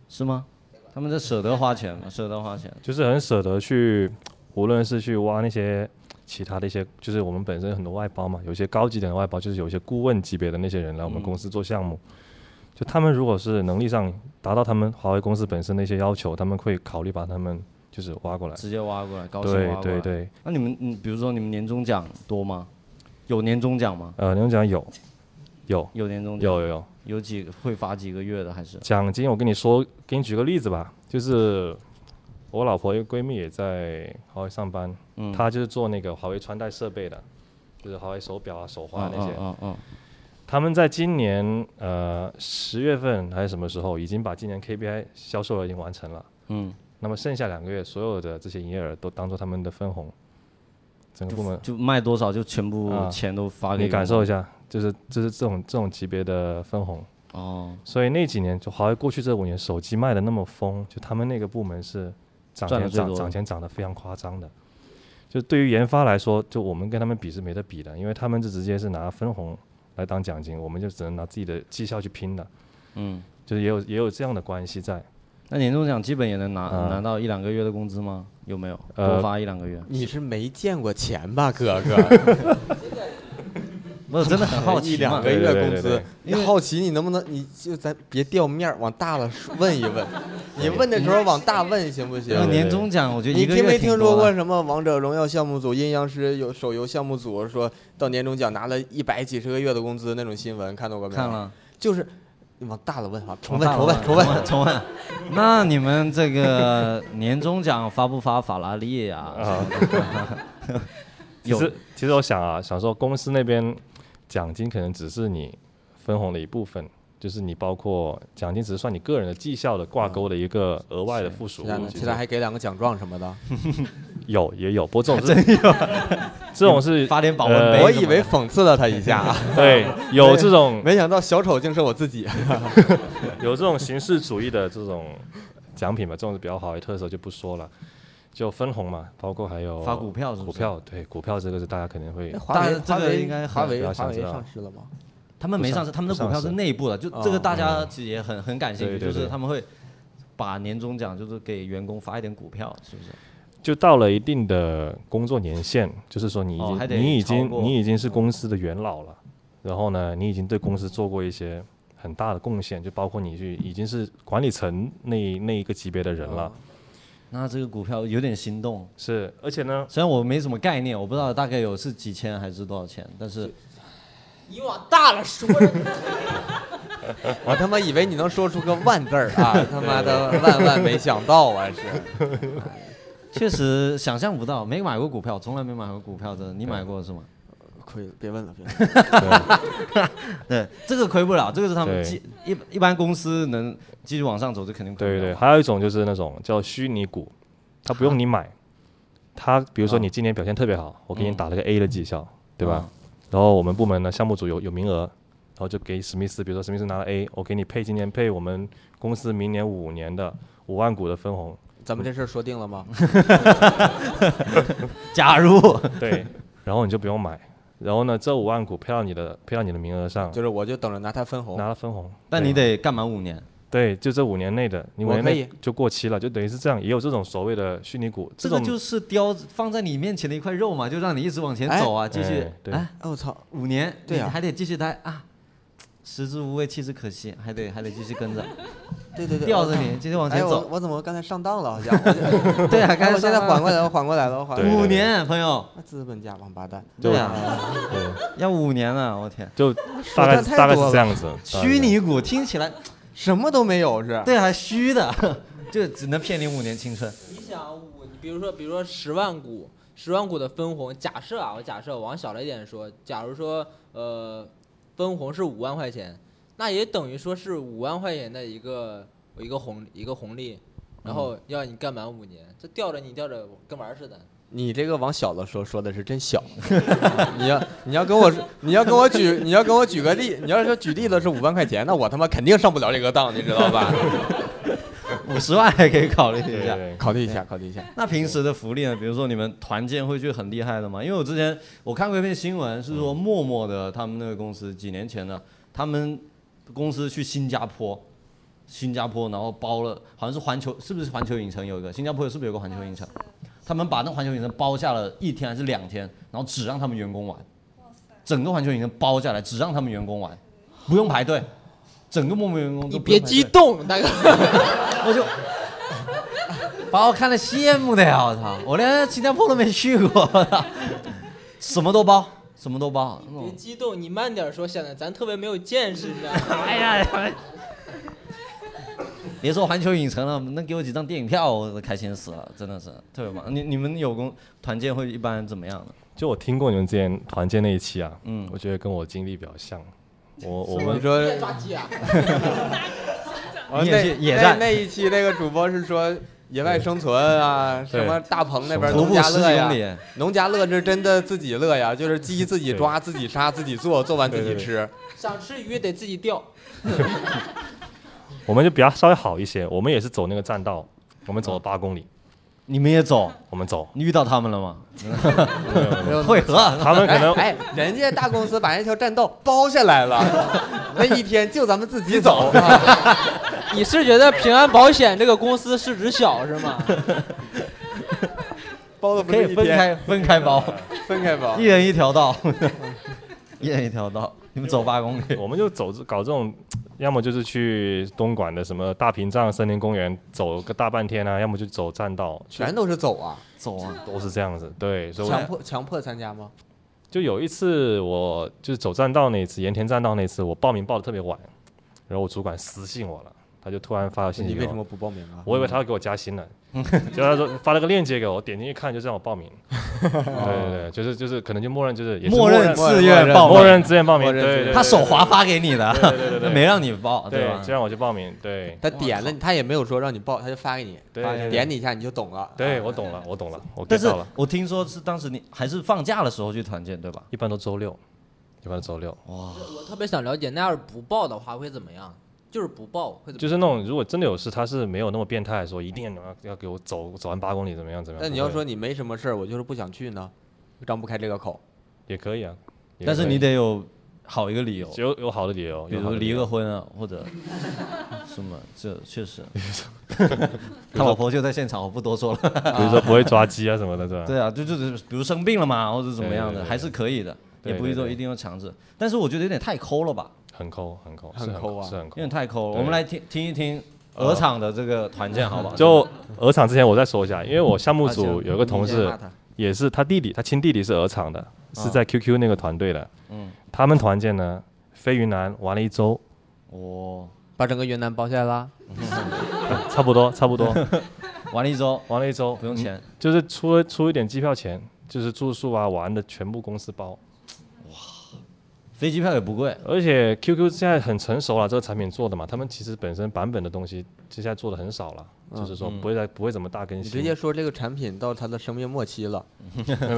是吗？他们这舍得花钱吗？舍得花钱。
就是很舍得去，无论是去挖那些其他的一些，就是我们本身很多外包嘛，有一些高级点的外包，就是有一些顾问级别的那些人来我们
嗯
公司做项目。就他们如果是能力上达到他们华为公司本身的一些要求，他们会考虑把他们就是挖过来。
直接挖过来，高薪
对
挖过来。
对。对，
那你们，嗯，比如说你们年终奖多吗？有年终奖吗？
呃，你们讲有，有，
有年终奖，
有有有，
有几个会发几个月的还是？
奖金，我跟你说，给你举个例子吧，就是我老婆一个闺蜜也在华为上班，
嗯，
她就是做那个华为穿戴设备的，就是华为手表啊、手环啊那些。
嗯嗯
他们在今年呃十月份还是什么时候，已经把今年 KPI 销售额已经完成了。
嗯，
那么剩下两个月，所有的这些营业额都当做他们的分红，整个部门
嗯就卖多少就全部
啊
钱都发给
你
员工
感受一下，就是就是这种这种级别的分红。
哦，
所以那几年就华为过去这五年手机卖的那么疯，就他们那个部门是涨
赚得
钱
最
涨
多
涨钱涨得非常夸张的。就对于研发来说，就我们跟他们比是没得比的，因为他们就直接是拿分红来当奖金，我们就只能拿自己的绩效去拼的，
嗯，
就是也有也有这样的关系在。
那年终奖基本也能拿
啊
拿到一两个月的工资吗？有没有？
呃
多发一两个月？
你是没见过钱吧，哥哥？
我真的很好
一
奇
两
嘛
个。月工
对对对对
资
对，
你好奇你能不能，你就咱别掉面儿，往大了问一 问。你问的时候往大问行不行
因为？年终奖，我觉得
你
一个
听没
月
听
挺
说
多
过
的。
什么王者荣耀项目组、阴阳师有手游项目组说到年终奖拿了一百几十个月的工资那种新闻，看到过没有？
看，了，
就是你往大了问啊，重
重
问重问重问。
问重问。那你们这个年终奖发不发法拉利呀？
啊。其
有
实其实我想啊，想说公司那边奖金可能只是你分红的一部分，就是你包括奖金只是算你个人的绩效的挂钩的一个额外的附属
其他
物
呢？
其
其
实
他还给两个奖状什么的。
有也有，不过这种是 这种是
发点保温杯
呃我
什么的。
以为讽刺了他一 下啊，
对有这种
没想到小丑竟是我自己。
有这种形式主义的这种奖品吧，这种是比较好的特色就不说了，就分红嘛，包括还有
发股票是不是
股票对股票这个是大家肯定会
华为
但这
华
个
为
应该
华
很
为
比较
华
想
为
知道
上市了吗？
他们没
不上
上市，他们的
不上
股票是
市
内部的，就
哦
这个大家其实也很很感兴趣，
对对
就是
对
他们会把年终奖就是给员工发一点股票，是不是？
就到了一定的工作年限，就是说你已
哦
经、
还得
你已
超过嗯
经你已经是公司的元老了，然后呢，你已经对公司做过一些很大的贡献，就包括你去已经是管理层那那一个级别的人
哦
了，
那这个股票有点心动，
是，而且呢，
虽然我没什么概念，我不知道大概有是几千还是多少钱，但是
你往大了说，
我他妈以为你能说出个万字儿 啊！他妈的，万万没想到啊！是，
确实想象不到，没买过股票，从来没买过股票的，你买过是吗？
呃亏了，别问了，别问了。
对， 这个亏不了，这个是他们
对
继一一般公司能继续往上走，这肯定亏
对
不
对，
了。
还有一种就是那种叫虚拟股，它不用你买，它比如说你今年表现特别好，我给你
嗯
打了个 A 的绩效，对吧？
嗯
然后我们部门呢，项目组有有名额，然后就给史密斯，比如说史密斯拿了 A，我给你配今年配我们公司明年五年的五万股的分红，
咱们这事儿说定了吗？
假如
对，然后你就不用买，然后呢，这五万股配到你的配到你的名额上，
就是我就等着拿它分红。
拿了分红，
但你
对
得干满五年，
对，就这五年内的，你五
我
年
可
内
以
就过期了，就等于是这样，也有这种所谓的虚拟股，
这
种
个就是雕放在你面前的一块肉嘛，就让你一直往前走啊，继续
哎对
哎
哎，我操！
五年，
对啊
你还得继续待啊。食之无味，弃之可惜，还得还得继续跟着，
对对对，
吊着
我操
你，继续往前
哎，我
走。
我怎么刚才上当了？好 像。我就
对啊，
哎
刚才
我现在
上
缓过来了，我缓过来了，我缓过来
对
了。
五年，朋友，
那资本家王八蛋，
对
对
啊，
对
要五年了，我天。
就
手
大概
段
大
太
概是
多
这
了，
样子，嗯大概是
虚拟股听起来，
什么都没有是。
对啊，虚的， 就只能骗你五年青春。
你想五，你比如说，比如说十万股，十万股的分红，假设啊，我假设往小了一点说，假如说呃，分红是五万块钱，那也等于说是五万块钱的一个一个红一个红利，然后要你干满五年，这吊着你吊着跟玩儿似的。
你这个往小了说，说的是真小。 你要你要跟我说你要跟我举你要跟我举个例，你要说举例子是五万块钱，那我他妈肯定上不了这个当，你知道吧？
五十万还可以考虑
对
一下
对。对
考虑一下，考虑一下。
那平时的福利呢？比如说你们团建会去很厉害的吗？因为我之前我看过一篇新闻，是说陌陌的他们那个公司几年前呢，他们公司去新加坡，新加坡然后包了，好像是环球，是不是环球影城有一个？新加坡啊是不是有个环球影城？他们把那环球影城包下了一天还是两天，然后只让他们员工玩，整个环球影城包下来，只让他们员工玩，不用排队，整个陌陌员工都
你
不用
别
排
激
队
动，大哥，
我就把我看的羡慕的呀！我操，我连新加坡都没去过， 什么都包，什么都包。
别激动，你慢点说，显得咱特别没有见识，你知道吗？
哎呀，别说环球影城了，能给我几张电影票，我都开心死了，真的是特别棒。你你们有公团建会一般怎么样呢？
就我听过你们之前团建那一期啊，
嗯
我觉得跟我经历比较像。我我
我
们
们说
别抓鸡啊！
哦
你也
那
是野
那
战
那一期那个主播是说野外生存啊，什
对
么大棚那边
徒
农
步
家
十
乐
几公
呀，
里，
农家乐是真的自己乐呀，就是鸡自己抓、自己杀、自己做，做完自己
对对对
吃。
想吃鱼得自己钓，
我们就比较稍微好一些，我们也是走那个栈道，我们走了八公里，
你们也走？。
我们走
你遇到他们了吗？
没有
会合，
他们可
哎
能
哎，人家大公司把那条栈道包下来 了，那一天就咱们自己走。啊
你是觉得平安保险这个公司市值小是吗？
包的不
可
是
以
一
分
天，
开分开包，
分开包
一。人一条道。 一人一条道，你们走八公里。
我们就走搞这种，要么就是去东莞的什么大屏障森林公园走个大半天啊，要么就走栈道，
全都是走啊，
走啊！
都是这样子。对，所以我
强迫强迫参加吗？
就有一次我就是走栈道那一次，盐田栈道那一次，我报名报的特别晚，然后我主管私信我了，他就突然发了信
你
息给
为
我
什么不报名啊？
我以为他要给我 加薪呢，结果他说发了个链接给我，我点进去看就让我 报名。对对对，就是就是可能就默认就是也是
默认
默认
自愿报名，
默认自愿报名，
默
对
认自
对
愿
对，
他手滑发给你的，
对对对 对
没让你报，
对
吧，
就？让我去报名，对
他点了你，他也没有说让你报，他就发给你，
对
发现
对
点你一下你就懂了。
对，
啊
我懂了，我懂了，我
但
get
是
到了。
我听说是当时你还是放假的时候去团建，对吧？
一般都周六，一般都周六，
我特别想了解，那要是不报的话会怎么样？就是不报会怎么样？
就是那种如果真的有事，他是没有那么变态，说一定要要给我走走完八公里怎么样怎么样。
但你
不
要
会
说你没什么事儿，我就是不想去呢，张不开这个口。
也可以啊，也
但是
可以
你得有好一个理由，
有有好的理由，
比
有好
如
的
离
理
个
由
婚啊，或者什么，这确 实。他老婆就在现场，我不多说了。
比如说不会抓鸡啊什么的，是吧？
对啊，就就是比如生病了嘛，或者怎么样
对
的，
对对
还是可以的，
对
也
对
不一定
对
一定要强制。但是我觉得有点太抠了吧，
很抠，很抠，
很
是
抠啊
是很抠
有。点太抠了。
对呃
我们来听听一听鹅厂的这个团建，好不好？
就鹅厂之前我再说一下，因为我
啊
项目组有一个同
你
事
先骂他
也是他弟弟，他亲弟弟是鹅厂的，是在 QQ 那个团队的。嗯，他们团建呢飞云南玩了一周，
我
把整个云南包下来啦。
差不多差不多
玩了一周，
玩了一周，
不用钱，
就是出了出一点机票钱，就是住宿啊玩的全部公司包。
飞机票也不贵，
而且 QQ 现在很成熟了，这个产品做的嘛，他们其实本身版本的东西现在做的很少了，就是
嗯
说不会再不会怎么大更
你
新。
直接说这个产品到它的生命末期了，
没有 没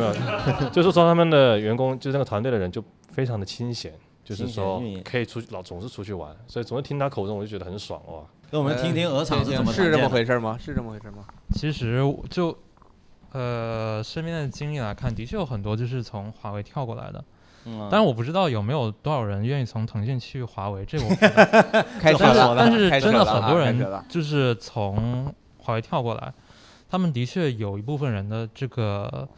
有，就是说他们的员工，就是那个团队的人就非常的清闲，就是说
清闲运营
可以出去老总是出去玩，所以总是听他口中我就觉得很爽 哇、
那我们听听鹅哎厂是怎么
是
团
这
建
么
的。
回事吗？是这么回事 吗？
其实我就呃身边的经历来看，的确有很多就是从华为跳过来的，
嗯啊
但是我不知道有没有多少人愿意从腾讯去华为，这我不知道
开始
但是
了，
但是
开始
真的
了啊
很多
开始了
人就是从华为跳过来，他们的确有一部分人的这个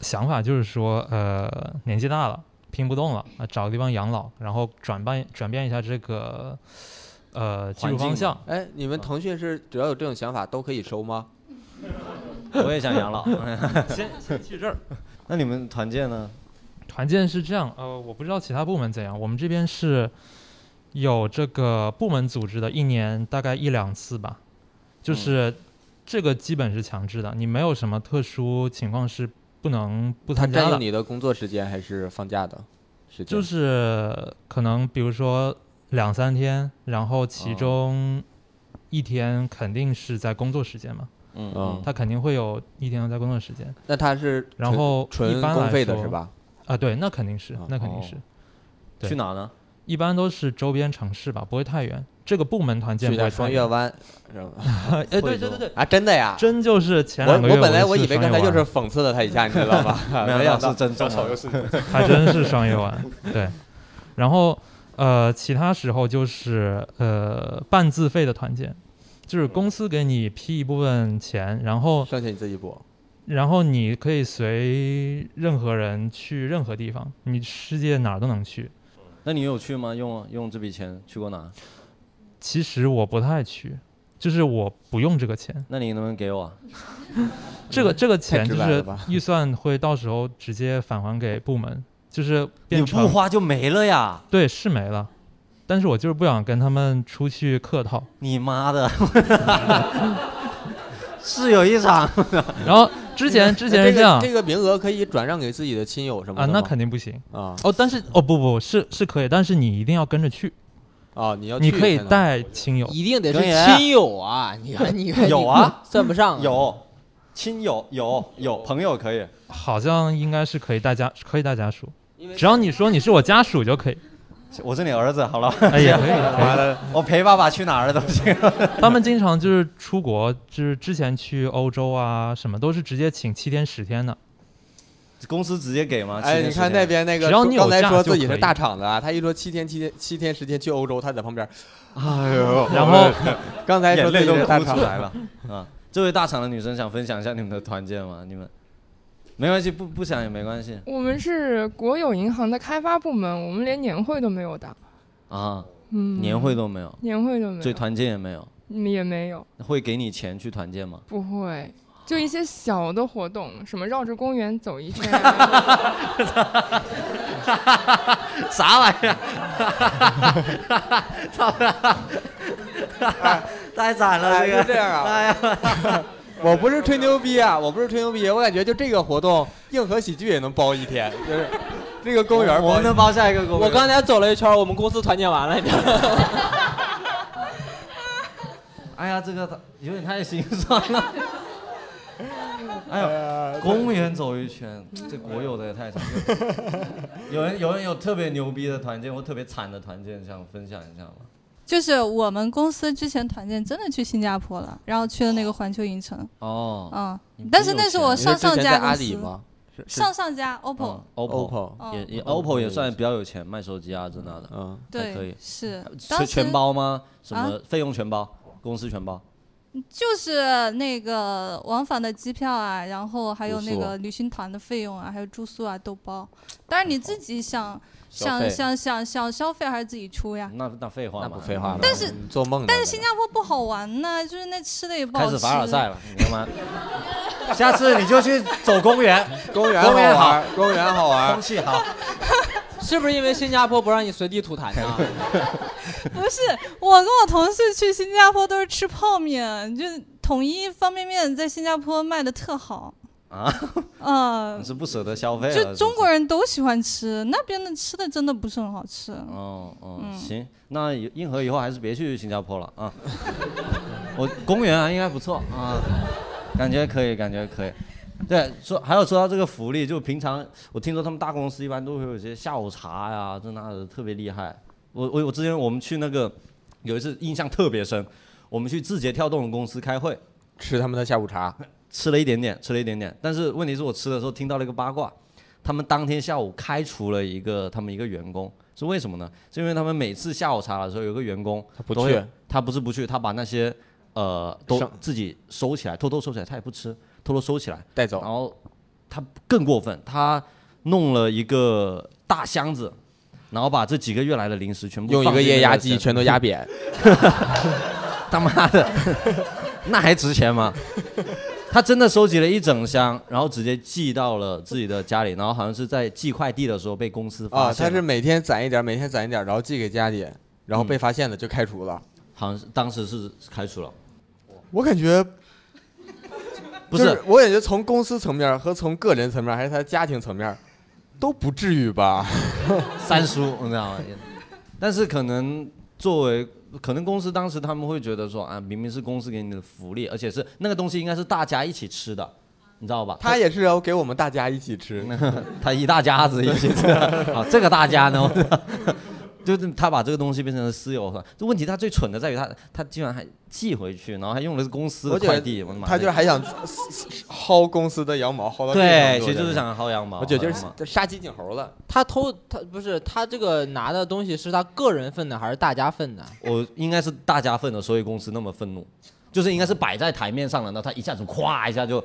想法就是说，呃，年纪大了，拼不动了，啊找个地方养老，然后转变转变一下这个呃技
环
术
境
方向。
哎，你们腾讯是只要有这种想法都可以收吗？
我嗯也想养 老。
先先去这儿。
那你们团建呢？
团建是这样，呃，我不知道其他部门怎样，我们这边是有这个部门组织的，一年大概一两次吧，
嗯
就是这个基本是强制的，你没有什么特殊情况是不能不
它
参加
占用
的，
你的工作时间还是放假的时间？
就是可能比如说两三天，然后
哦
其中一天肯定是在工作时间嘛，
嗯
嗯
他肯定会有一天在工作时间，
那它是
然后
纯
一般
公
来
费的
说
是？吧？
啊，对，那肯定是
啊，
那肯定
哦
是。对
去哪呢？
一般都是周边城市吧，不会太远。这个部门团建
去一
不
下
会
双
太
月
远。
湾，是吧
哎，对
惠
对
州
对对，
啊，真的呀！
真就是前
我
两个月
我本来
我
以为刚才就是是讽刺了他一下，你知 道吧？没
有，哎
想
是
到
真正的。
去双月湾还真是双月湾。对，然后呃，其他时候就是呃半自费的团建，就是公司给你批一部分钱，然后
剩下你自己补。
然后你可以随任何人去任何地方，你世界哪儿都能去。
那你有去吗？用用这笔钱去过哪？
其实我不太去，就是我不用这个钱。
那你能不能给我啊？
这个这
嗯
个
太
钱
直
就
白了
是
吧
预算会到时候直接返还给部门，就是
你
变
不
成
花就没了呀！
对是没了，但是我就是不想跟他们出去客套。
你妈 的，是有一场。
然后之前之前
那
是这样
个这个名额可以转让给自己的亲友什么
啊，
的
那
吗
肯定不行
啊
哦。但是哦不不是是可以，但是你一定要跟着去，
啊，你要
你
去
可以
才能
带亲友。
一定得是
跟人
亲友啊！你看，你看，
有啊，
算不上啊
有亲友有有朋友可以，
好像应该是可以带家可以带家属，只要你说你是我家属 就可以，
我是你儿子，好了，
哎也可以。可
完了，我陪爸爸去哪儿都行。
以他们经常就是出国，就是之前去欧洲啊什么都是直接请七天十天的。
公司直接给吗？
哎，
七天
你看
时
那
间
边那个说，
只要你有
刚才
假
说
就
自己
可
是
以
大厂的啊，他一说七天七天七天时间去欧洲，他在旁边，哎 呦，
然后
刚才说
眼
自
泪
己
都
是大
哭
厂
出来了啊！这位大厂的女生想分享一下你们的团建吗？你们没关系，不不想也没关系
我们是国有银行的开发部门，我们连年会都没有的。
啊，
嗯，
年会都没有，
年会都没
所以
有，
团建也没有，
嗯也没有，
会给你钱去团建吗？
不会。就一些小的活动，什么绕着公园走一圈啊
啥玩意儿？ 操！太惨了，
哎
这
是
个
这样啊
哎呀，
我不是吹牛逼啊，我不是吹牛逼，我感觉就这个活动，硬核喜剧也能包一天，就是这个公园儿
我
包
们
一天
能包下一个公园？
我刚才走了一圈，我们公司团建完了，你知道吗？
哎呀，这个有点太心酸 了。哎呀，公园走一圈，这国有的也太惨了。有人有人有特别牛逼的团建或特别惨的团建，想分享一下吗？
就是我们公司之前团建真的去新加坡了，然后去了那个环球影城，
哦，
嗯
你不，
但是
有
那是
钱
我
你
上
是之
上
前
家
在
公
阿里
司，
吗？是是
上上家
哦嗯
OPPO，
OPPO 也也 OPPO 也算比较有钱，卖手机啊这那的，
嗯，
还可以
对，是当
是
时
全包吗？什么
啊
费用全包？公司全包？
就是那个往返的机票啊，然后还有
住
那
宿
个旅行团的费用啊，还有住宿啊都包。当然你自己想
消费
想想想想消费还是自己出呀。
那啊那废话
那
嘛，
不废话了。
但是
你嗯做梦呢，
但是新加坡不好玩呢，就是那吃的也不好
开
吃。
始凡尔赛了，你干嘛？ 下次你就去走公园，
公园
公园
好玩，公园好玩
空，气好。
是不是因为新加坡不让你随地吐痰呢？
不是，我跟我同事去新加坡都是吃泡面，就是统一方便面在新加坡卖的特好。
啊，
嗯、
你 是不舍得消费了？
就中
人。
国人都喜欢吃，那边的吃的真的不是很好吃。
哦哦，
嗯
行，那以硬核以后还是别去新加坡了啊。 我公园啊，应该不错啊，感觉可以，感觉可以。对，说还有说到这个福利，就平常我听说他们大公司一般都会有一些下午茶呀、这那的特别厉害。我我我之前我们去那个有一次印象特别深，我们去字节跳动公司开会，
吃他们的下午茶。
吃了一点点，吃了一点点。但是问题是我吃的时候听到了一个八卦，他们当天下午开除了一个他们一个员工，是为什么呢？是因为他们每次下午茶的时候，有个员工
他不
都会
去，
他不是不去，他把那些呃都
剩
自己收起来，偷偷收起来，他也不吃，偷偷收起来。
带走
然。后他更过分，他弄了一个大箱子，然后把这几个月来的零食全部
用一
放
个
进那
液压机
箱
全都压扁，
他妈的，那还值钱吗？他真的收集了一整箱，然后直接寄到了自己的家里，然后好像是在寄快递的时候被公司
啊，
发现
他
了。
是每天攒一点，每天攒一点，然后寄给家里，然后
嗯
被发现了就开除了。
好像是当时是开除了，
我感觉
不、
就是是，我感觉从公司层面和从个人层面，还是他家庭层面，都不至于 吧？
三叔，你知道吗？但是可能作为可能公司当时他们会觉得说啊，明明是公司给你的福利，而且是那个东西应该是大家一起吃的，你知道吧？
他也是要给我们大家一起吃，
他一大家子一 起吃啊，这个大家呢， 就是他把这个东西变成了私有化。这问题他最蠢的在于他，他竟然还寄回去，然后还用的是公司的
我觉得
快递，我的妈！
他就是还想薅公司的羊毛，薅到这个程
对，
度
其实就是
的，
想薅羊毛。
我觉得就
好吧
是杀鸡儆猴了。
他偷他不是他这个拿的东西是他个人份的还是大家份的？
我应该是大家愤的，所以公司那么愤怒，就是应该是摆在台面上的，那他一下子咵一下就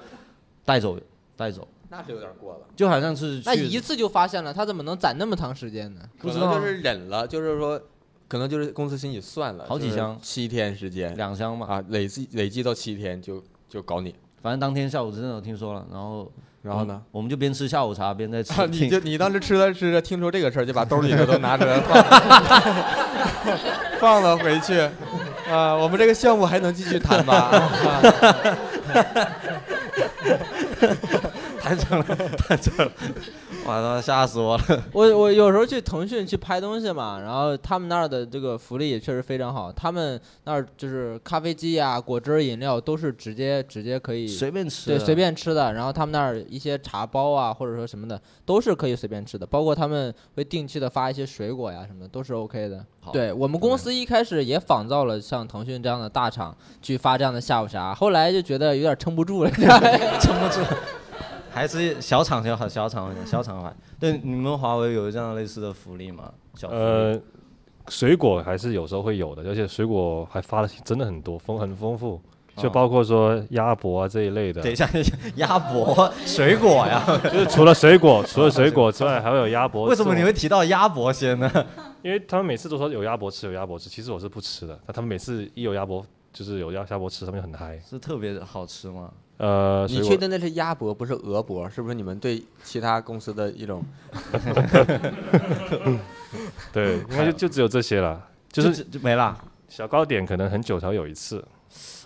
带走带走，
那是有点过了，
就好像是
那一
去
次就发现了，他怎么能攒那么长时间呢？
不
可
知
能
道
就是忍了，就是说，可能就是公司心里算了，
好几
就是
箱
七天时间
两箱嘛，
啊，累计累计到七天就就搞你，
反正当天下午真的有听说了，然后
然后呢？？
我们就边吃下午茶边在吃
啊，，
听
你就你当时吃着吃着，听说这个事儿，就把兜里的都拿出来放了， 放了回去。啊，我们这个项目还能继续谈吧？ 啊
太整了， 太整了，哇，他妈吓死我了！
我我有时候去腾讯去拍东西嘛，然后他们那儿的这个福利也确实非常好，他们那儿就是咖啡机呀、果汁儿、饮料都是直接直接可 以
随便吃，啊
对随。便吃的，然后他们那儿一些茶包啊或者说什么的都是可以随便吃的，包括他们会定期的发一些水果呀什么的都是 OK 的
好。
对我们公司一开始也仿造了像腾讯这样的大厂去发这样的下午茶，后来就觉得有点撑不住了，
撑不住，还是小厂小好小厂小厂还对你们华为有这样类似的福利吗？小福利
呃，水果还是有时候会有的，而且水果还发的真的很多，丰很丰富。
哦
就包括说鸭脖啊这一类的。
等一下，鸭脖、水果 呀，
就是除了水果，除了水果之外，还会有鸭脖。
为什么你会？提到鸭脖先呢？
因为他们每次都说有鸭脖吃，有鸭脖吃，其实我是不吃的。但他们每次一有鸭脖，就是有鸭鸭脖吃，他们就很嗨。
是特别好吃吗？
呃，
你
水
确
果
定那是鸭脖不是鹅脖？是不是你们对其他公司的一种？
对，应该就就只有这些了。就
就是就没啦。
小糕点可能很久才会有一次，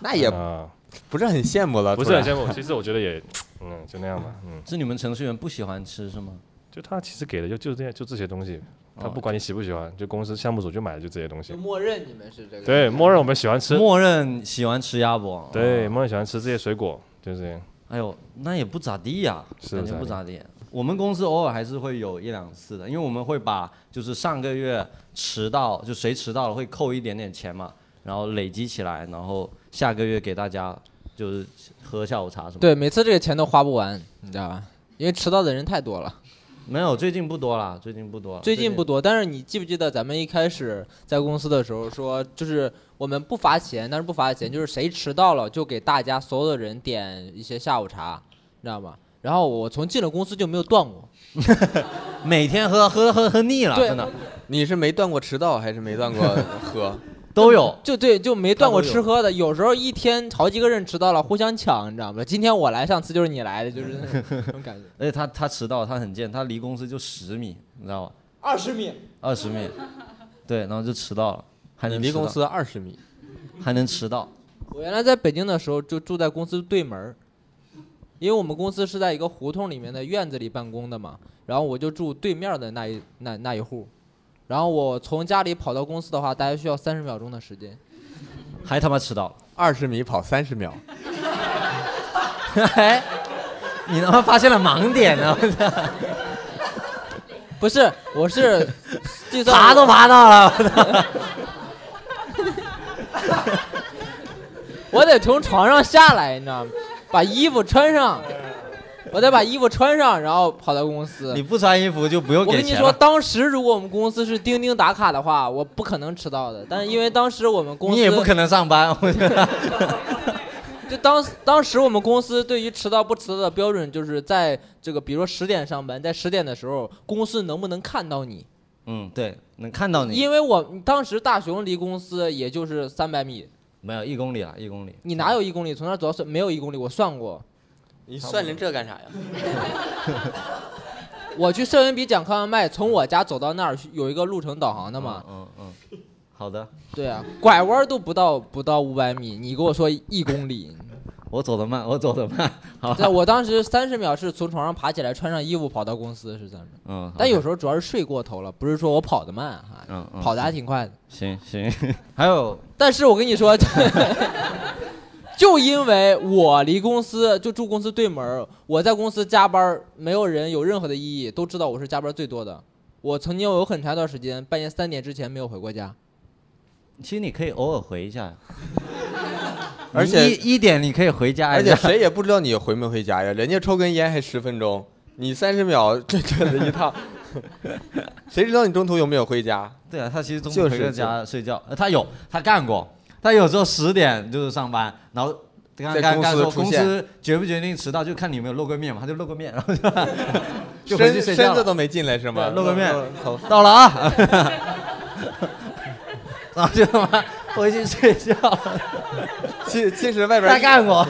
那也
啊、
不啊是很羡慕了，
不
突
是
然
很羡慕。其实我觉得也，嗯，就那样吧，嗯，
是你们程序员不喜欢吃是吗？
就他其实给的就就这样，就这些东西，他
哦
不管你喜不喜欢，就公司项目组就买的就这些东
就
西。
默认你们是这个。
对，默认我们喜欢吃，
默认喜欢吃鸭脖。
对，
哦
默认喜欢吃这些水果，就这样。
哎呦，那也不咋地呀、
是
感
不
觉
咋
不
地
咋地。我们公司偶尔还是会有一两次的，因为我们会把就是上个月迟到，就谁迟到了会扣一点点钱嘛，然后累积起来，然后下个月给大家就是喝下午茶什么的。
对，每次这个钱都花不完，你知道吧？因为迟到的人太多了。
没有，最近不多啦，最近不多了。
最近不多，但是你记不记得咱们一开始在公司的时候说，就是我们不罚钱，但是不罚钱，就是谁迟到了就给大家所有的人点一些下午茶，你知道吗？然后我从进了公司就没有断过，
每天喝喝喝喝腻了，
对
真的
你是没断过迟到，还是没 断过喝？
都有。
就对，就没断过
他都有
吃喝的。有时候一天好几个人迟到了，互相抢，你知道吗？今天我来，上次就是你来的，就是那种那种感觉。
而且他他迟到，他很贱，他离公司就十米，你知道吧？
二十米，
二十米，对，然后就迟到了，还
你
能
离
迟到
公司二十米，
还能迟到，
我原来在北京的时候就住在公司对门儿，因为我们公司是在一个胡同里面的院子里办公的嘛，然后我就住对面的那一那那一户，然后我从家里跑到公司的话，大概需要三十秒钟的时间。
还他妈迟到了。
二十米跑三十秒，
哎，你他妈发现了盲点 呢！我操
不是，我是计算
爬
我
都爬到了，我操
我得从床上下来，你知道吗？把衣服穿上，
哎
我得把衣服穿上，然后跑到公司
你。不穿衣服就不用
我
给
跟你
钱
说，
了。
当时如果我们公司是钉钉打卡的话，我不可能迟到的。但是因为当时我们公司
你也不可能上 班，我觉得。
就当当时我们公司对于迟到不迟到的标准，就是在这个比如说十点上班，在十点的时候，公司能不能看到你？
嗯，对，能看到你。
因为我当时大熊离公司也就是三百米，
没有一公里啊，一公里。
你哪有一公里？从那儿走到算没有一公里？我算过，
你算成这干啥呀？
我去圣文比讲康文麦，从我家走到那儿有一个路程导航的
那
嘛？
嗯嗯嗯，好的，
对啊，拐弯都不到不到五百米，你跟我说一 公里？
我走得慢，我走得慢。 好，
对啊，我当时三十秒是从床上爬起来，穿上衣服跑到公司是三十秒，
嗯，好
但有时候主要是睡过头了，不是说我跑得慢啊，
嗯嗯
跑得还挺快的。
行行， 还有
但是我跟你说， 就因为我离公司就住公司对门儿，我在公司加班儿，没有人有任何的异议，都知道我是加班最多的。我曾经有很长一段时间，半夜三点之前没有回过家。
其实你可以偶尔回一 下，
而且
你一一点你可以回家
哎
而
一
且
下，
谁也不知道你回没回家呀？人家抽根烟还十分钟，你三十秒这这的一趟， 谁知道你中途有没有回家？
对啊，他其实中
就
午
是
回个家睡觉，呃他有他干过，他有时候十点就是上班，然后刚
在
刚
公
刚
司
说
出
公
现
司决不决定迟到，就看你有没有露个面嘛，他就露个面，然 后就就回去睡
身
觉
身子
了。
都没进来是吗？
对露个面
头
到了啊， 然后就他妈回去睡觉了，
其其实外边
他干 过，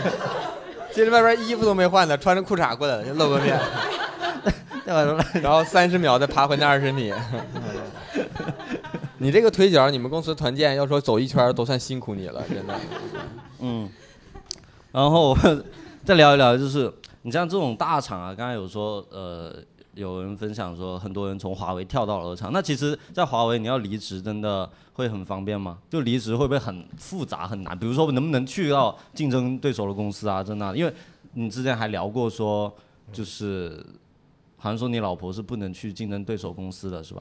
其实外边衣服都没换呢，穿着裤衩过来的，就露个面，
对吧？
然后三十秒再爬回那二十 米。你这个腿脚，你们公司团建要说走一圈都算辛苦你了，真的。
嗯，然后我 们再聊一聊，就是你像这种大厂啊，刚才有说呃，有人分享说很多人从华为跳到了鹅厂，那其实，在华为你要离职真的会很方便吗？就离职会不会很复杂很难？比如说能不能去到竞争对手的公司啊，这那的？因为你之前还聊过说，就是好像说你老婆是不能去竞争对手公司的是吧？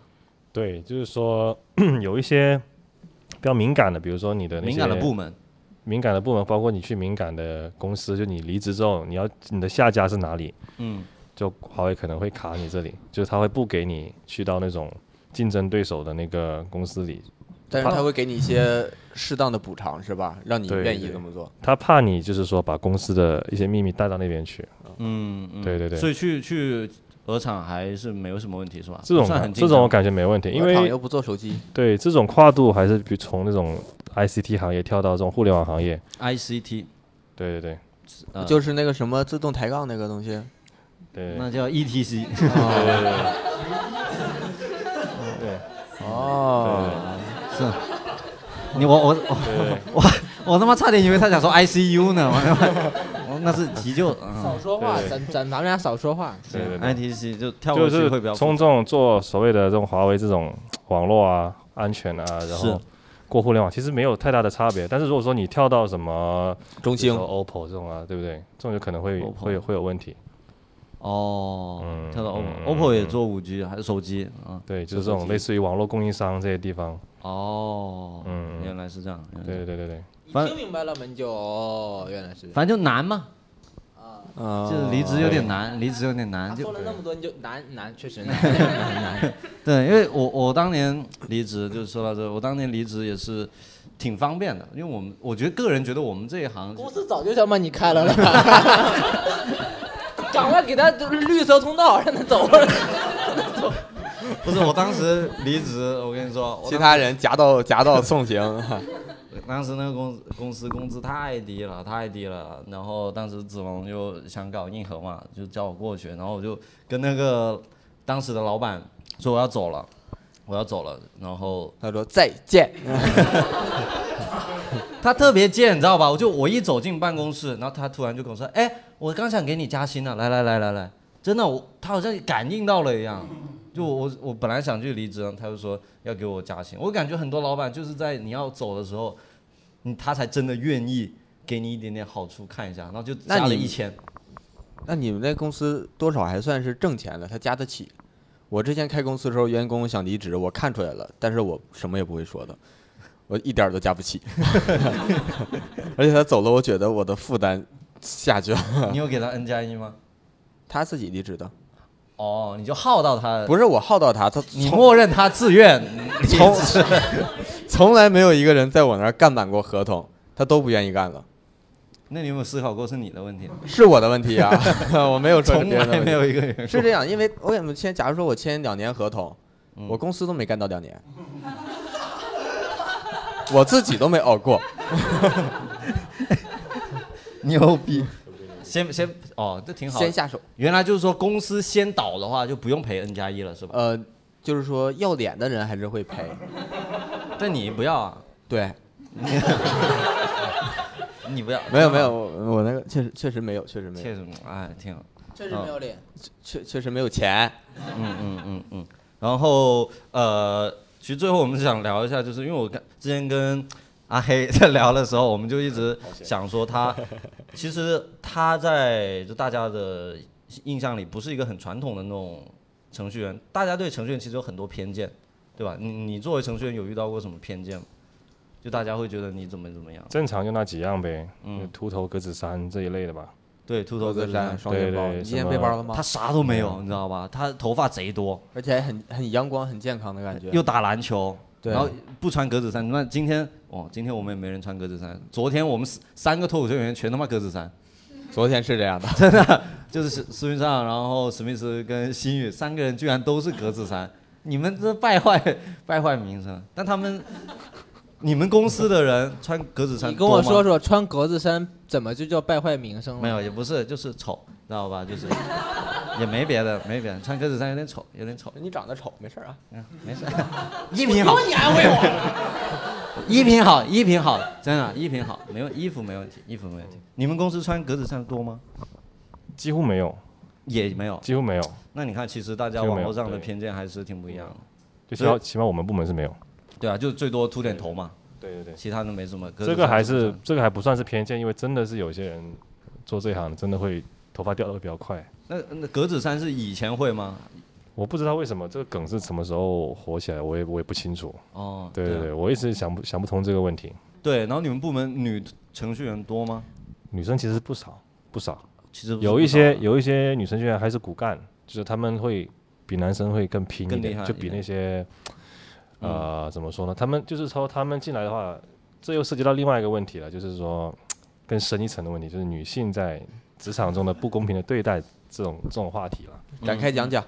对，就是说 有一些比较敏感的，比如说你的那些
敏感的部门，
敏感的部门，包括你去敏感的公司，就你离职之后，你要你的下家是哪里？
嗯，
就华为可能会卡你这里，就是他会不给你去到那种竞争对手的那个公司里
但是他会给你一些适当的补偿，是吧？让你
对
愿意
对
这么做。
他怕你就是说把公司的一些秘密带到那边去，
嗯，嗯
对对对
所以去去鹅厂还是没有什么问题，是吧？
这种
不算很
这
竞
种
争
我感觉没问题，因
我躺
为
又不做手机，
对这种跨度还是比从那种 ICT 行业跳到这种互联网行业，
ICT，
对对对
呃
嗯
就是那个什么自动抬杠那个东西。
对
那叫 E ETC，
对
哦，
是。 你我我我我 我他妈差点以为他想说 ICU 呢，我他妈我那是急救。嗯
少说话，
对
咱咱咱们俩少说话。
对对对，
ITC 就跳
就
过去
是
会比较复
从
杂
这种做所谓的这种华为这种网络啊、安全啊，然后
是
过互联网，其实没有太大的差别。但是如果说你跳到什么
中
比如
兴
说 OPPO 这种啊，对不对？这种就可能会
OPPO
会有会有问题。
哦，
嗯
跳到
嗯
OPPO，OPPO、
嗯
也做五 G，还是手机啊？
对，就是这种类似于网络供应商这些地方。
哦，
嗯嗯
原来是这样。原来是这
对
样，
对对对
你
反
听明白了吗？你就哦，原来是。
反正就难嘛，
啊
嗯，
就是离职有点难，离职有点难。
他
就
说了那么多，你就难难，确实难难难。
对，因为我我当年离职，就是说到这，我当年离职也是挺方便的，因为我们我觉得个人觉得我们这一行
公司早就想把你开 了了，赶快给他绿色通道，让他走。
不是我当时离职，我跟你说，我
其
当
他人夹道夹道送行。
当时那个公公司工资太低了，太低了。然后当时子龙就想搞硬核嘛，就叫我过去，然后我就跟那个当时的老板说我要走了，我要走了。然后
他说再见，
他特别贱，你知道吧？我就我一走进办公室，然后他突然就跟我说：“哎，我刚想给你加薪呢，来来来来来，真的，我他好像感应到了一样。”就我我本来想去离职，他就说要给我加薪。我感觉很多老板就是在你要走的时候，你他才真的愿意给你一点点好处看一下，然后就加
那
了
你
一 千。
那你们那公司多少还算是挣钱的，他加得起。我之前开公司的时候，员工想离职，我看出来了，但是我什么也不会说的，我一点儿都加不起。 而且他走了，我觉得我的负担下去了。
你有给他 N 加一吗？
他自己离职的，
哦，你就耗到他，
不是我耗到他，他
你
从
默认他自愿离
从
职。
从来没有一个人在我那儿干满过合同，他都不愿意干了，
那你有没有思考过是你的问题？
是我的问题啊， 我没有说是
从
别人的
来
问
没
题。
有一个 人
是这样，因为我跟你们签，假如说我签两年合同，
嗯
我公司都没干到两年，我自己都没熬过。
牛逼！先先哦，这挺好的。
先下手，
原来就是说公司先倒的话就不用赔 N 加一了，是吧？
呃，就是说要脸的人还是会赔，
但你不要啊，
对，
你不要，
没有没有，，我我那个确实确实没有，确实没
确
有，嗯
实，哎，挺好，
确实没有脸，
确确实没有钱。
嗯嗯嗯嗯。然后呃，其实最后我们想聊一下，就是因为我跟之前跟阿啊黑在聊的时候，我们就一直想说他，其实他在就大家的印象里不是一个很传统的那种程序员，大家对程序员其实有很多偏见，对吧？你你作为程序员有遇到过什么偏见吗？就大家会觉得你怎么怎么样？
正常就那几样呗，
嗯
秃头、格子衫这一类的吧。
对，秃头
罗
哥
格山双
对
肩包，
对
你今天
什
背
么
包了吗嗯
他？啥都没有，你知道吧？他头发贼多，
而且还很很阳光、很健康的感觉。
又打篮球，
对
然后不穿格子衫。那今天哦，今天我们也没人穿格子衫。昨天我们四三个脱口秀演员全他妈格子衫，
昨天是这样的，
就是史史云上，然后史密斯跟新宇三个人居然都是格子衫，你们这败坏败坏名声。但他们，你们公司的人穿格子衫，
你跟我说。说穿格子衫怎么就叫败坏名声
没
了？
有，也不是，就是丑，知道吧？就是， 也没别的，没别的，穿格子衫有点丑，有点丑。
你长得丑，没事儿啊。
嗯，没事，衣品好。你安慰我。 衣品好，衣品好，真的，衣品好，没有衣服没问题，衣服没问题。你们公司穿格子衫多吗？
几乎没有，
也没有。
几乎没有，
那你看，其实大家
就没有
网络上的
对
偏见还是挺不一样的。
就起码起码我们部门是没有。
对啊，就最多秃点头嘛，
对对对，
其他的没什么。格子
这
衫
个还
格子
是
衫
这个还不算是偏见，因为真的是有些人做这一行的真的会头发掉的比较快。
那那格子衫是以前会吗？
我不知道为什么这个梗是什么时候火起来，我也我也不清楚。
哦，
对对
啊
对，我一直想不想不通这个问题。
对。然后你们部门女程序员多吗？
女生其实不少不少，
其实不是
有一
不少
些
啊
有一些女生居然还是骨干，就是她们会比男生会更拼一
更厉
点，
害
就
一
比
点
那些呃，怎么说呢？他们就是从他们进来的话，这又涉及到另外一个问题了，就是说更深一层的问题，就是女性在职场中的不公平的对待这种这种话题了。
展开讲讲。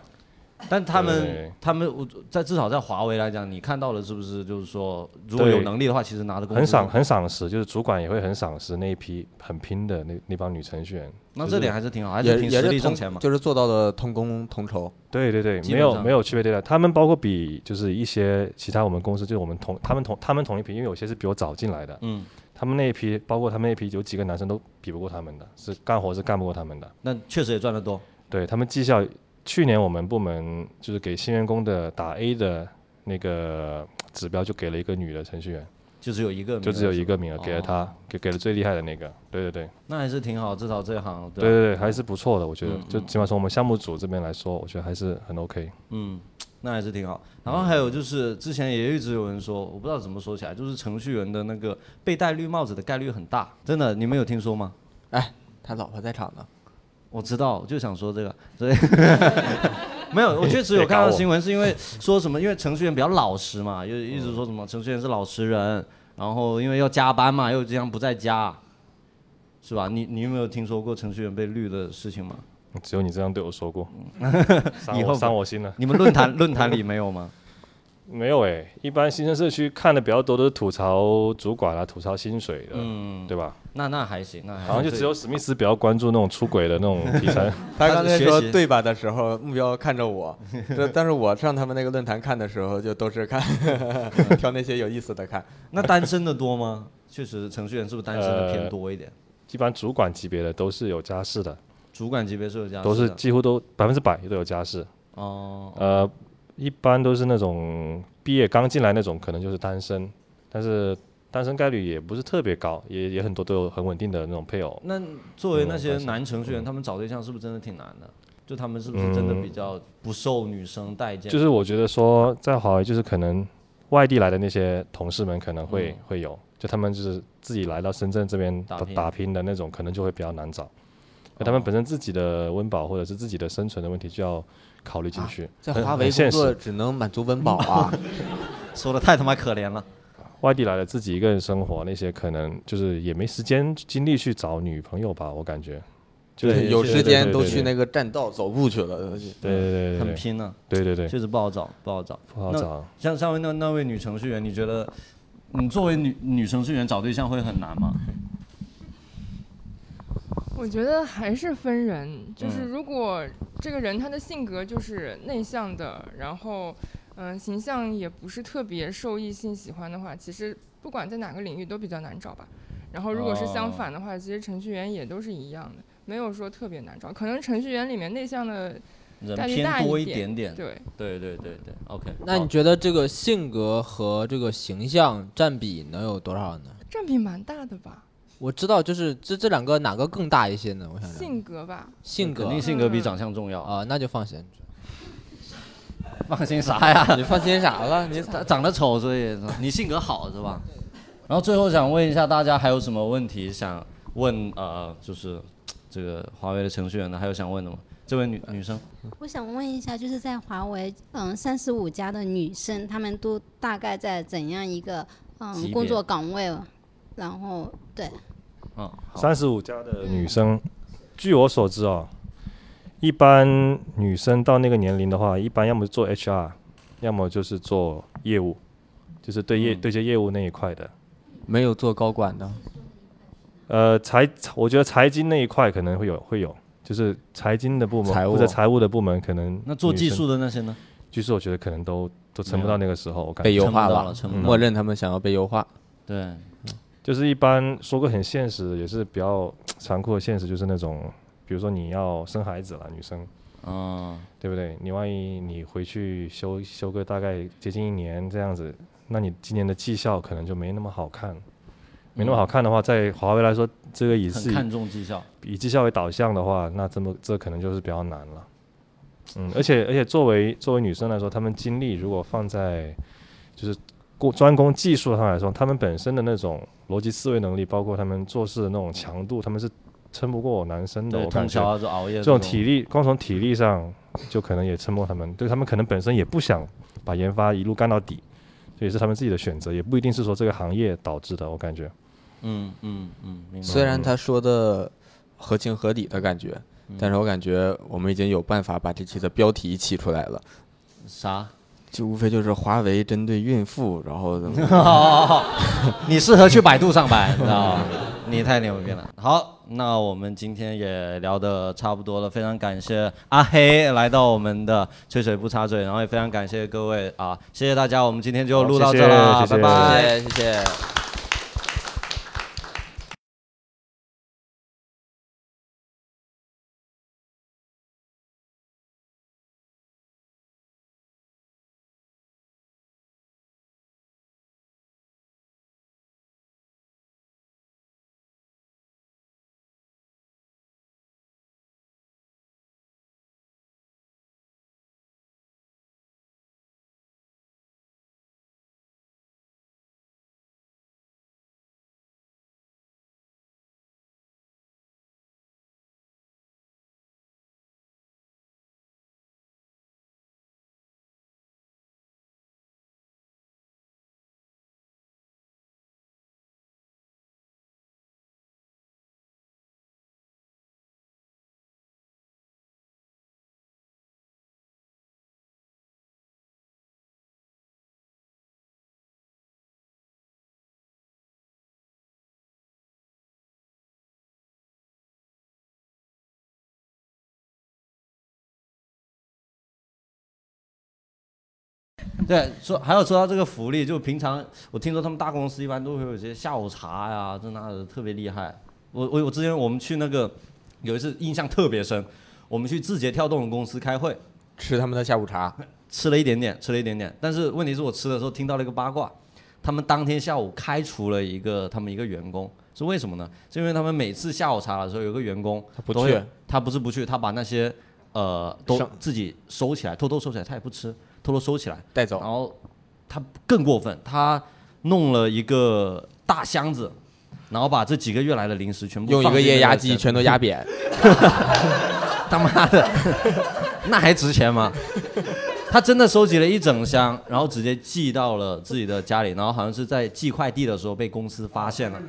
但他们
对
他们我在至少在华为来讲，你看到的是不是就是说，如果有
对
能力的话，其实拿的工资
很赏很赏识，就是主管也会很赏识那一批很拼的那那帮女程序员。
那
就
这
是
点还是挺好，还
也
是挺
也
实
是
力挣
同
钱嘛。
就是做到了同工同酬。
对对对，
基
没
本
有
上
没有区别对待，他们包括比就是一些其他我们公司，就是我们同他们同他们同一批，因为有些是比我早进来的，
嗯，
他们那一批包括他们那一批有几个男生都比不过他们的，是干活是干不过他们的。
那确实也赚得多。
对他们绩效，去年我们部门就是给新员工的打 A 的那个指标，就给了一个女的程序员，
就是有一个名额，
就只有一个名额
哦啊
给了她，给给了最厉害的那个。对对对。
那还是挺好，至少这行
对对
吧
对，还是不错的，我觉得
嗯，
就
嗯
起码从我们项目组这边来说，我觉得还是很 OK。
嗯，那还是挺好。然后还有就是之前也一直有人说，我不知道怎么说起来，就是程序员的那个被戴绿帽子的概率很大，真的，你们有听说吗？
哎，他老婆在场呢。
我知道，我就想说这个， 所以没有，我确实有
别搞
看到
我
新闻，是因为说什么？因为程序员比较老实嘛，又
嗯
一直说什么程序员是老实人，然后因为要加班嘛，又经常不在家，是吧？你你有没有听说过程序员被绿的事情吗？
只有你这样对我 说过，伤
以后
我
不
伤我心了。
你们论 坛论坛里没有吗？
没有哎，一般新生社区看的比较多都是吐槽主管啊，吐槽薪水的，
嗯，
对吧？
那那还行，那还行
好像就只有史密斯比较关注那种出轨的那种题 材。
他刚才说
学习
对吧的时候，目标看着 我，这但是我上他们那个论坛看的时候，就都是看 挑那些有意思的看。
那单身的多吗？确实，程序员是不是单身
呃
的偏多一点？
一般主管级别的都是有家室的，
主管级别是有加
都是
的
几乎都百分之百都有家室。
哦，
呃，一般都是那种毕业刚进来那种，可能就是单身，但是单身概率也不是特别高，也也很多都有很稳定的那种配偶。
那作为那
嗯
些
我发现
男程序员，他们找对象是不是真的挺难的？就他们是不是真的比较不受女生待见？
就是我觉得说，在华为就是可能外地来的那些同事们可能会、
嗯
会有，就他们就是自己来到深圳这边
打
打
拼哦
打拼的那种，可能就会比较难找。那他们本身自己的温饱或者是自己的生存的问题就要考虑进去，
啊
在
很
华
很
为工
现
作
实。
只能满足温饱啊，
说的太他妈可怜了。
外地来的自己一个人生活，那些可能就是也没时间精力去找女朋友吧，我感觉。就
对
是
有
是
时间都
对对
去那个栈道走步去了。
对对对
很
对
拼呢、
对对对对，
确实不好找，不好找。
不好
那
找。
像上面那那位女程序员，你觉得你作为女女程序员找对象会很难吗？
我觉得还是分人，就是
嗯
如果这个人他的性格就是内向的，然后嗯、形象也不是特别受异性喜欢的话，其实不管在哪个领域都比较难找吧。然后如果是相反的话，其实程序员也都是一样的，没有说特别难找。可能程序员里面内向的，
人
概率
偏
大
多
一
点点。
对，
对对对对，OK 好。
那你觉得这个性格和这个形象占比能有多少呢？
占比蛮大的吧，
我知道，就是这这两个哪个更大一些呢？我想想，
性格吧，
性格
肯定性格比长相重要啊！
啊、那就放心。
放心啥 呀？
你放心啥了？你
他长得丑，所以你性格好是吧？ 然后最后想问一下大家，还有什么问题想问？呃，就是这个华为的程序员呢，还有想问的吗？这位女女生，
我想问一下，就是在华为，嗯，三十五家的女生，她们都大概在怎样一个
级
嗯
别
工作岗位？然后对，
嗯，好，
三十五加的女生，据我所知哦，一般女生到那个年龄的话，一般要么做 HR，要么就是做业务，就是对业、
嗯
对接业务那一块的。
没有做高管的，
呃，财，我觉得财经那一块可能会有会有，就是财经的部门
财务
或者财务的部门可能。
那做技，术的那些呢？
技术我觉得可能都都撑不到那个时候，我感
被
觉。
优
撑不
化
到
了
了，撑不到
默
了。
认他们想要被优化。
嗯对，
就是一般说个很现实，也是比较残酷的现实，就是那种，比如说你要生孩子了，女生。
嗯，
对不对？你万一你回去休休个大概接近一年这样子，那你今年的绩效可能就没那么好看。没那么好看的话，在华为来说，这个以
很
是
看重绩效。
以绩效为导向的话，那这么这可能就是比较难了。嗯，而且而且作为作为女生来说，她们精力如果放在就是过专攻技术上来说，她们本身的那种逻辑思维能力，包括她们做事的那种强度，她们是撑不过男生的。
对，
我感
通
觉
宵就熬夜
这种体力，光从体力上就可能也撑破他们，对他们可能本身也不想把研发一路干到底，这也是他们自己的选择，也不一定是说这个行业导致的。我感觉，
嗯嗯嗯，嗯明白。
虽然他说的合情合理的感觉，但是我感觉我们已经有办法把这期的标题起出来了，
啥？
就无非就是华为针对孕妇，然 后怎么
你适合去百度上班，你知道吗？你太牛逼了。好，那我们今天也聊得差不多了，非常感谢阿黑来到我们的吹水不插嘴，然后也非常感谢各位啊，谢谢大家，我们今天就
好
录
谢
到这
谢
了，
谢谢
拜拜。
哎谢谢谢谢。
对，说还有说到这个福利，就平常我听说他们大公司一般都会有一些下午茶呀，这那的特别厉害。我我我之前我们去那个有一次印象特别深，我们去字节跳动公司开会，
吃他们的下午茶，
吃了一点点，吃了一点点。但是问题是我吃的时候听到了一个八卦，他们当天下午开除了一个他们一个员工，是为什么呢？是因为他们每次下午茶的时候，有个员工
他不
都会
去，
他不是不去，他把那些呃都
剩
自己收起来，偷偷收起来，他也不吃，偷偷收起来。
带走
然。后他更过分，他弄了一个大箱子，然后把这几个月来的零食全部
用一
放
个
进那
液压机
箱
全都压扁，
他妈的，那还值钱吗？他真的收集了一整箱，然后直接寄到了自己的家里，然后好像是在寄快递的时候被公司发现了。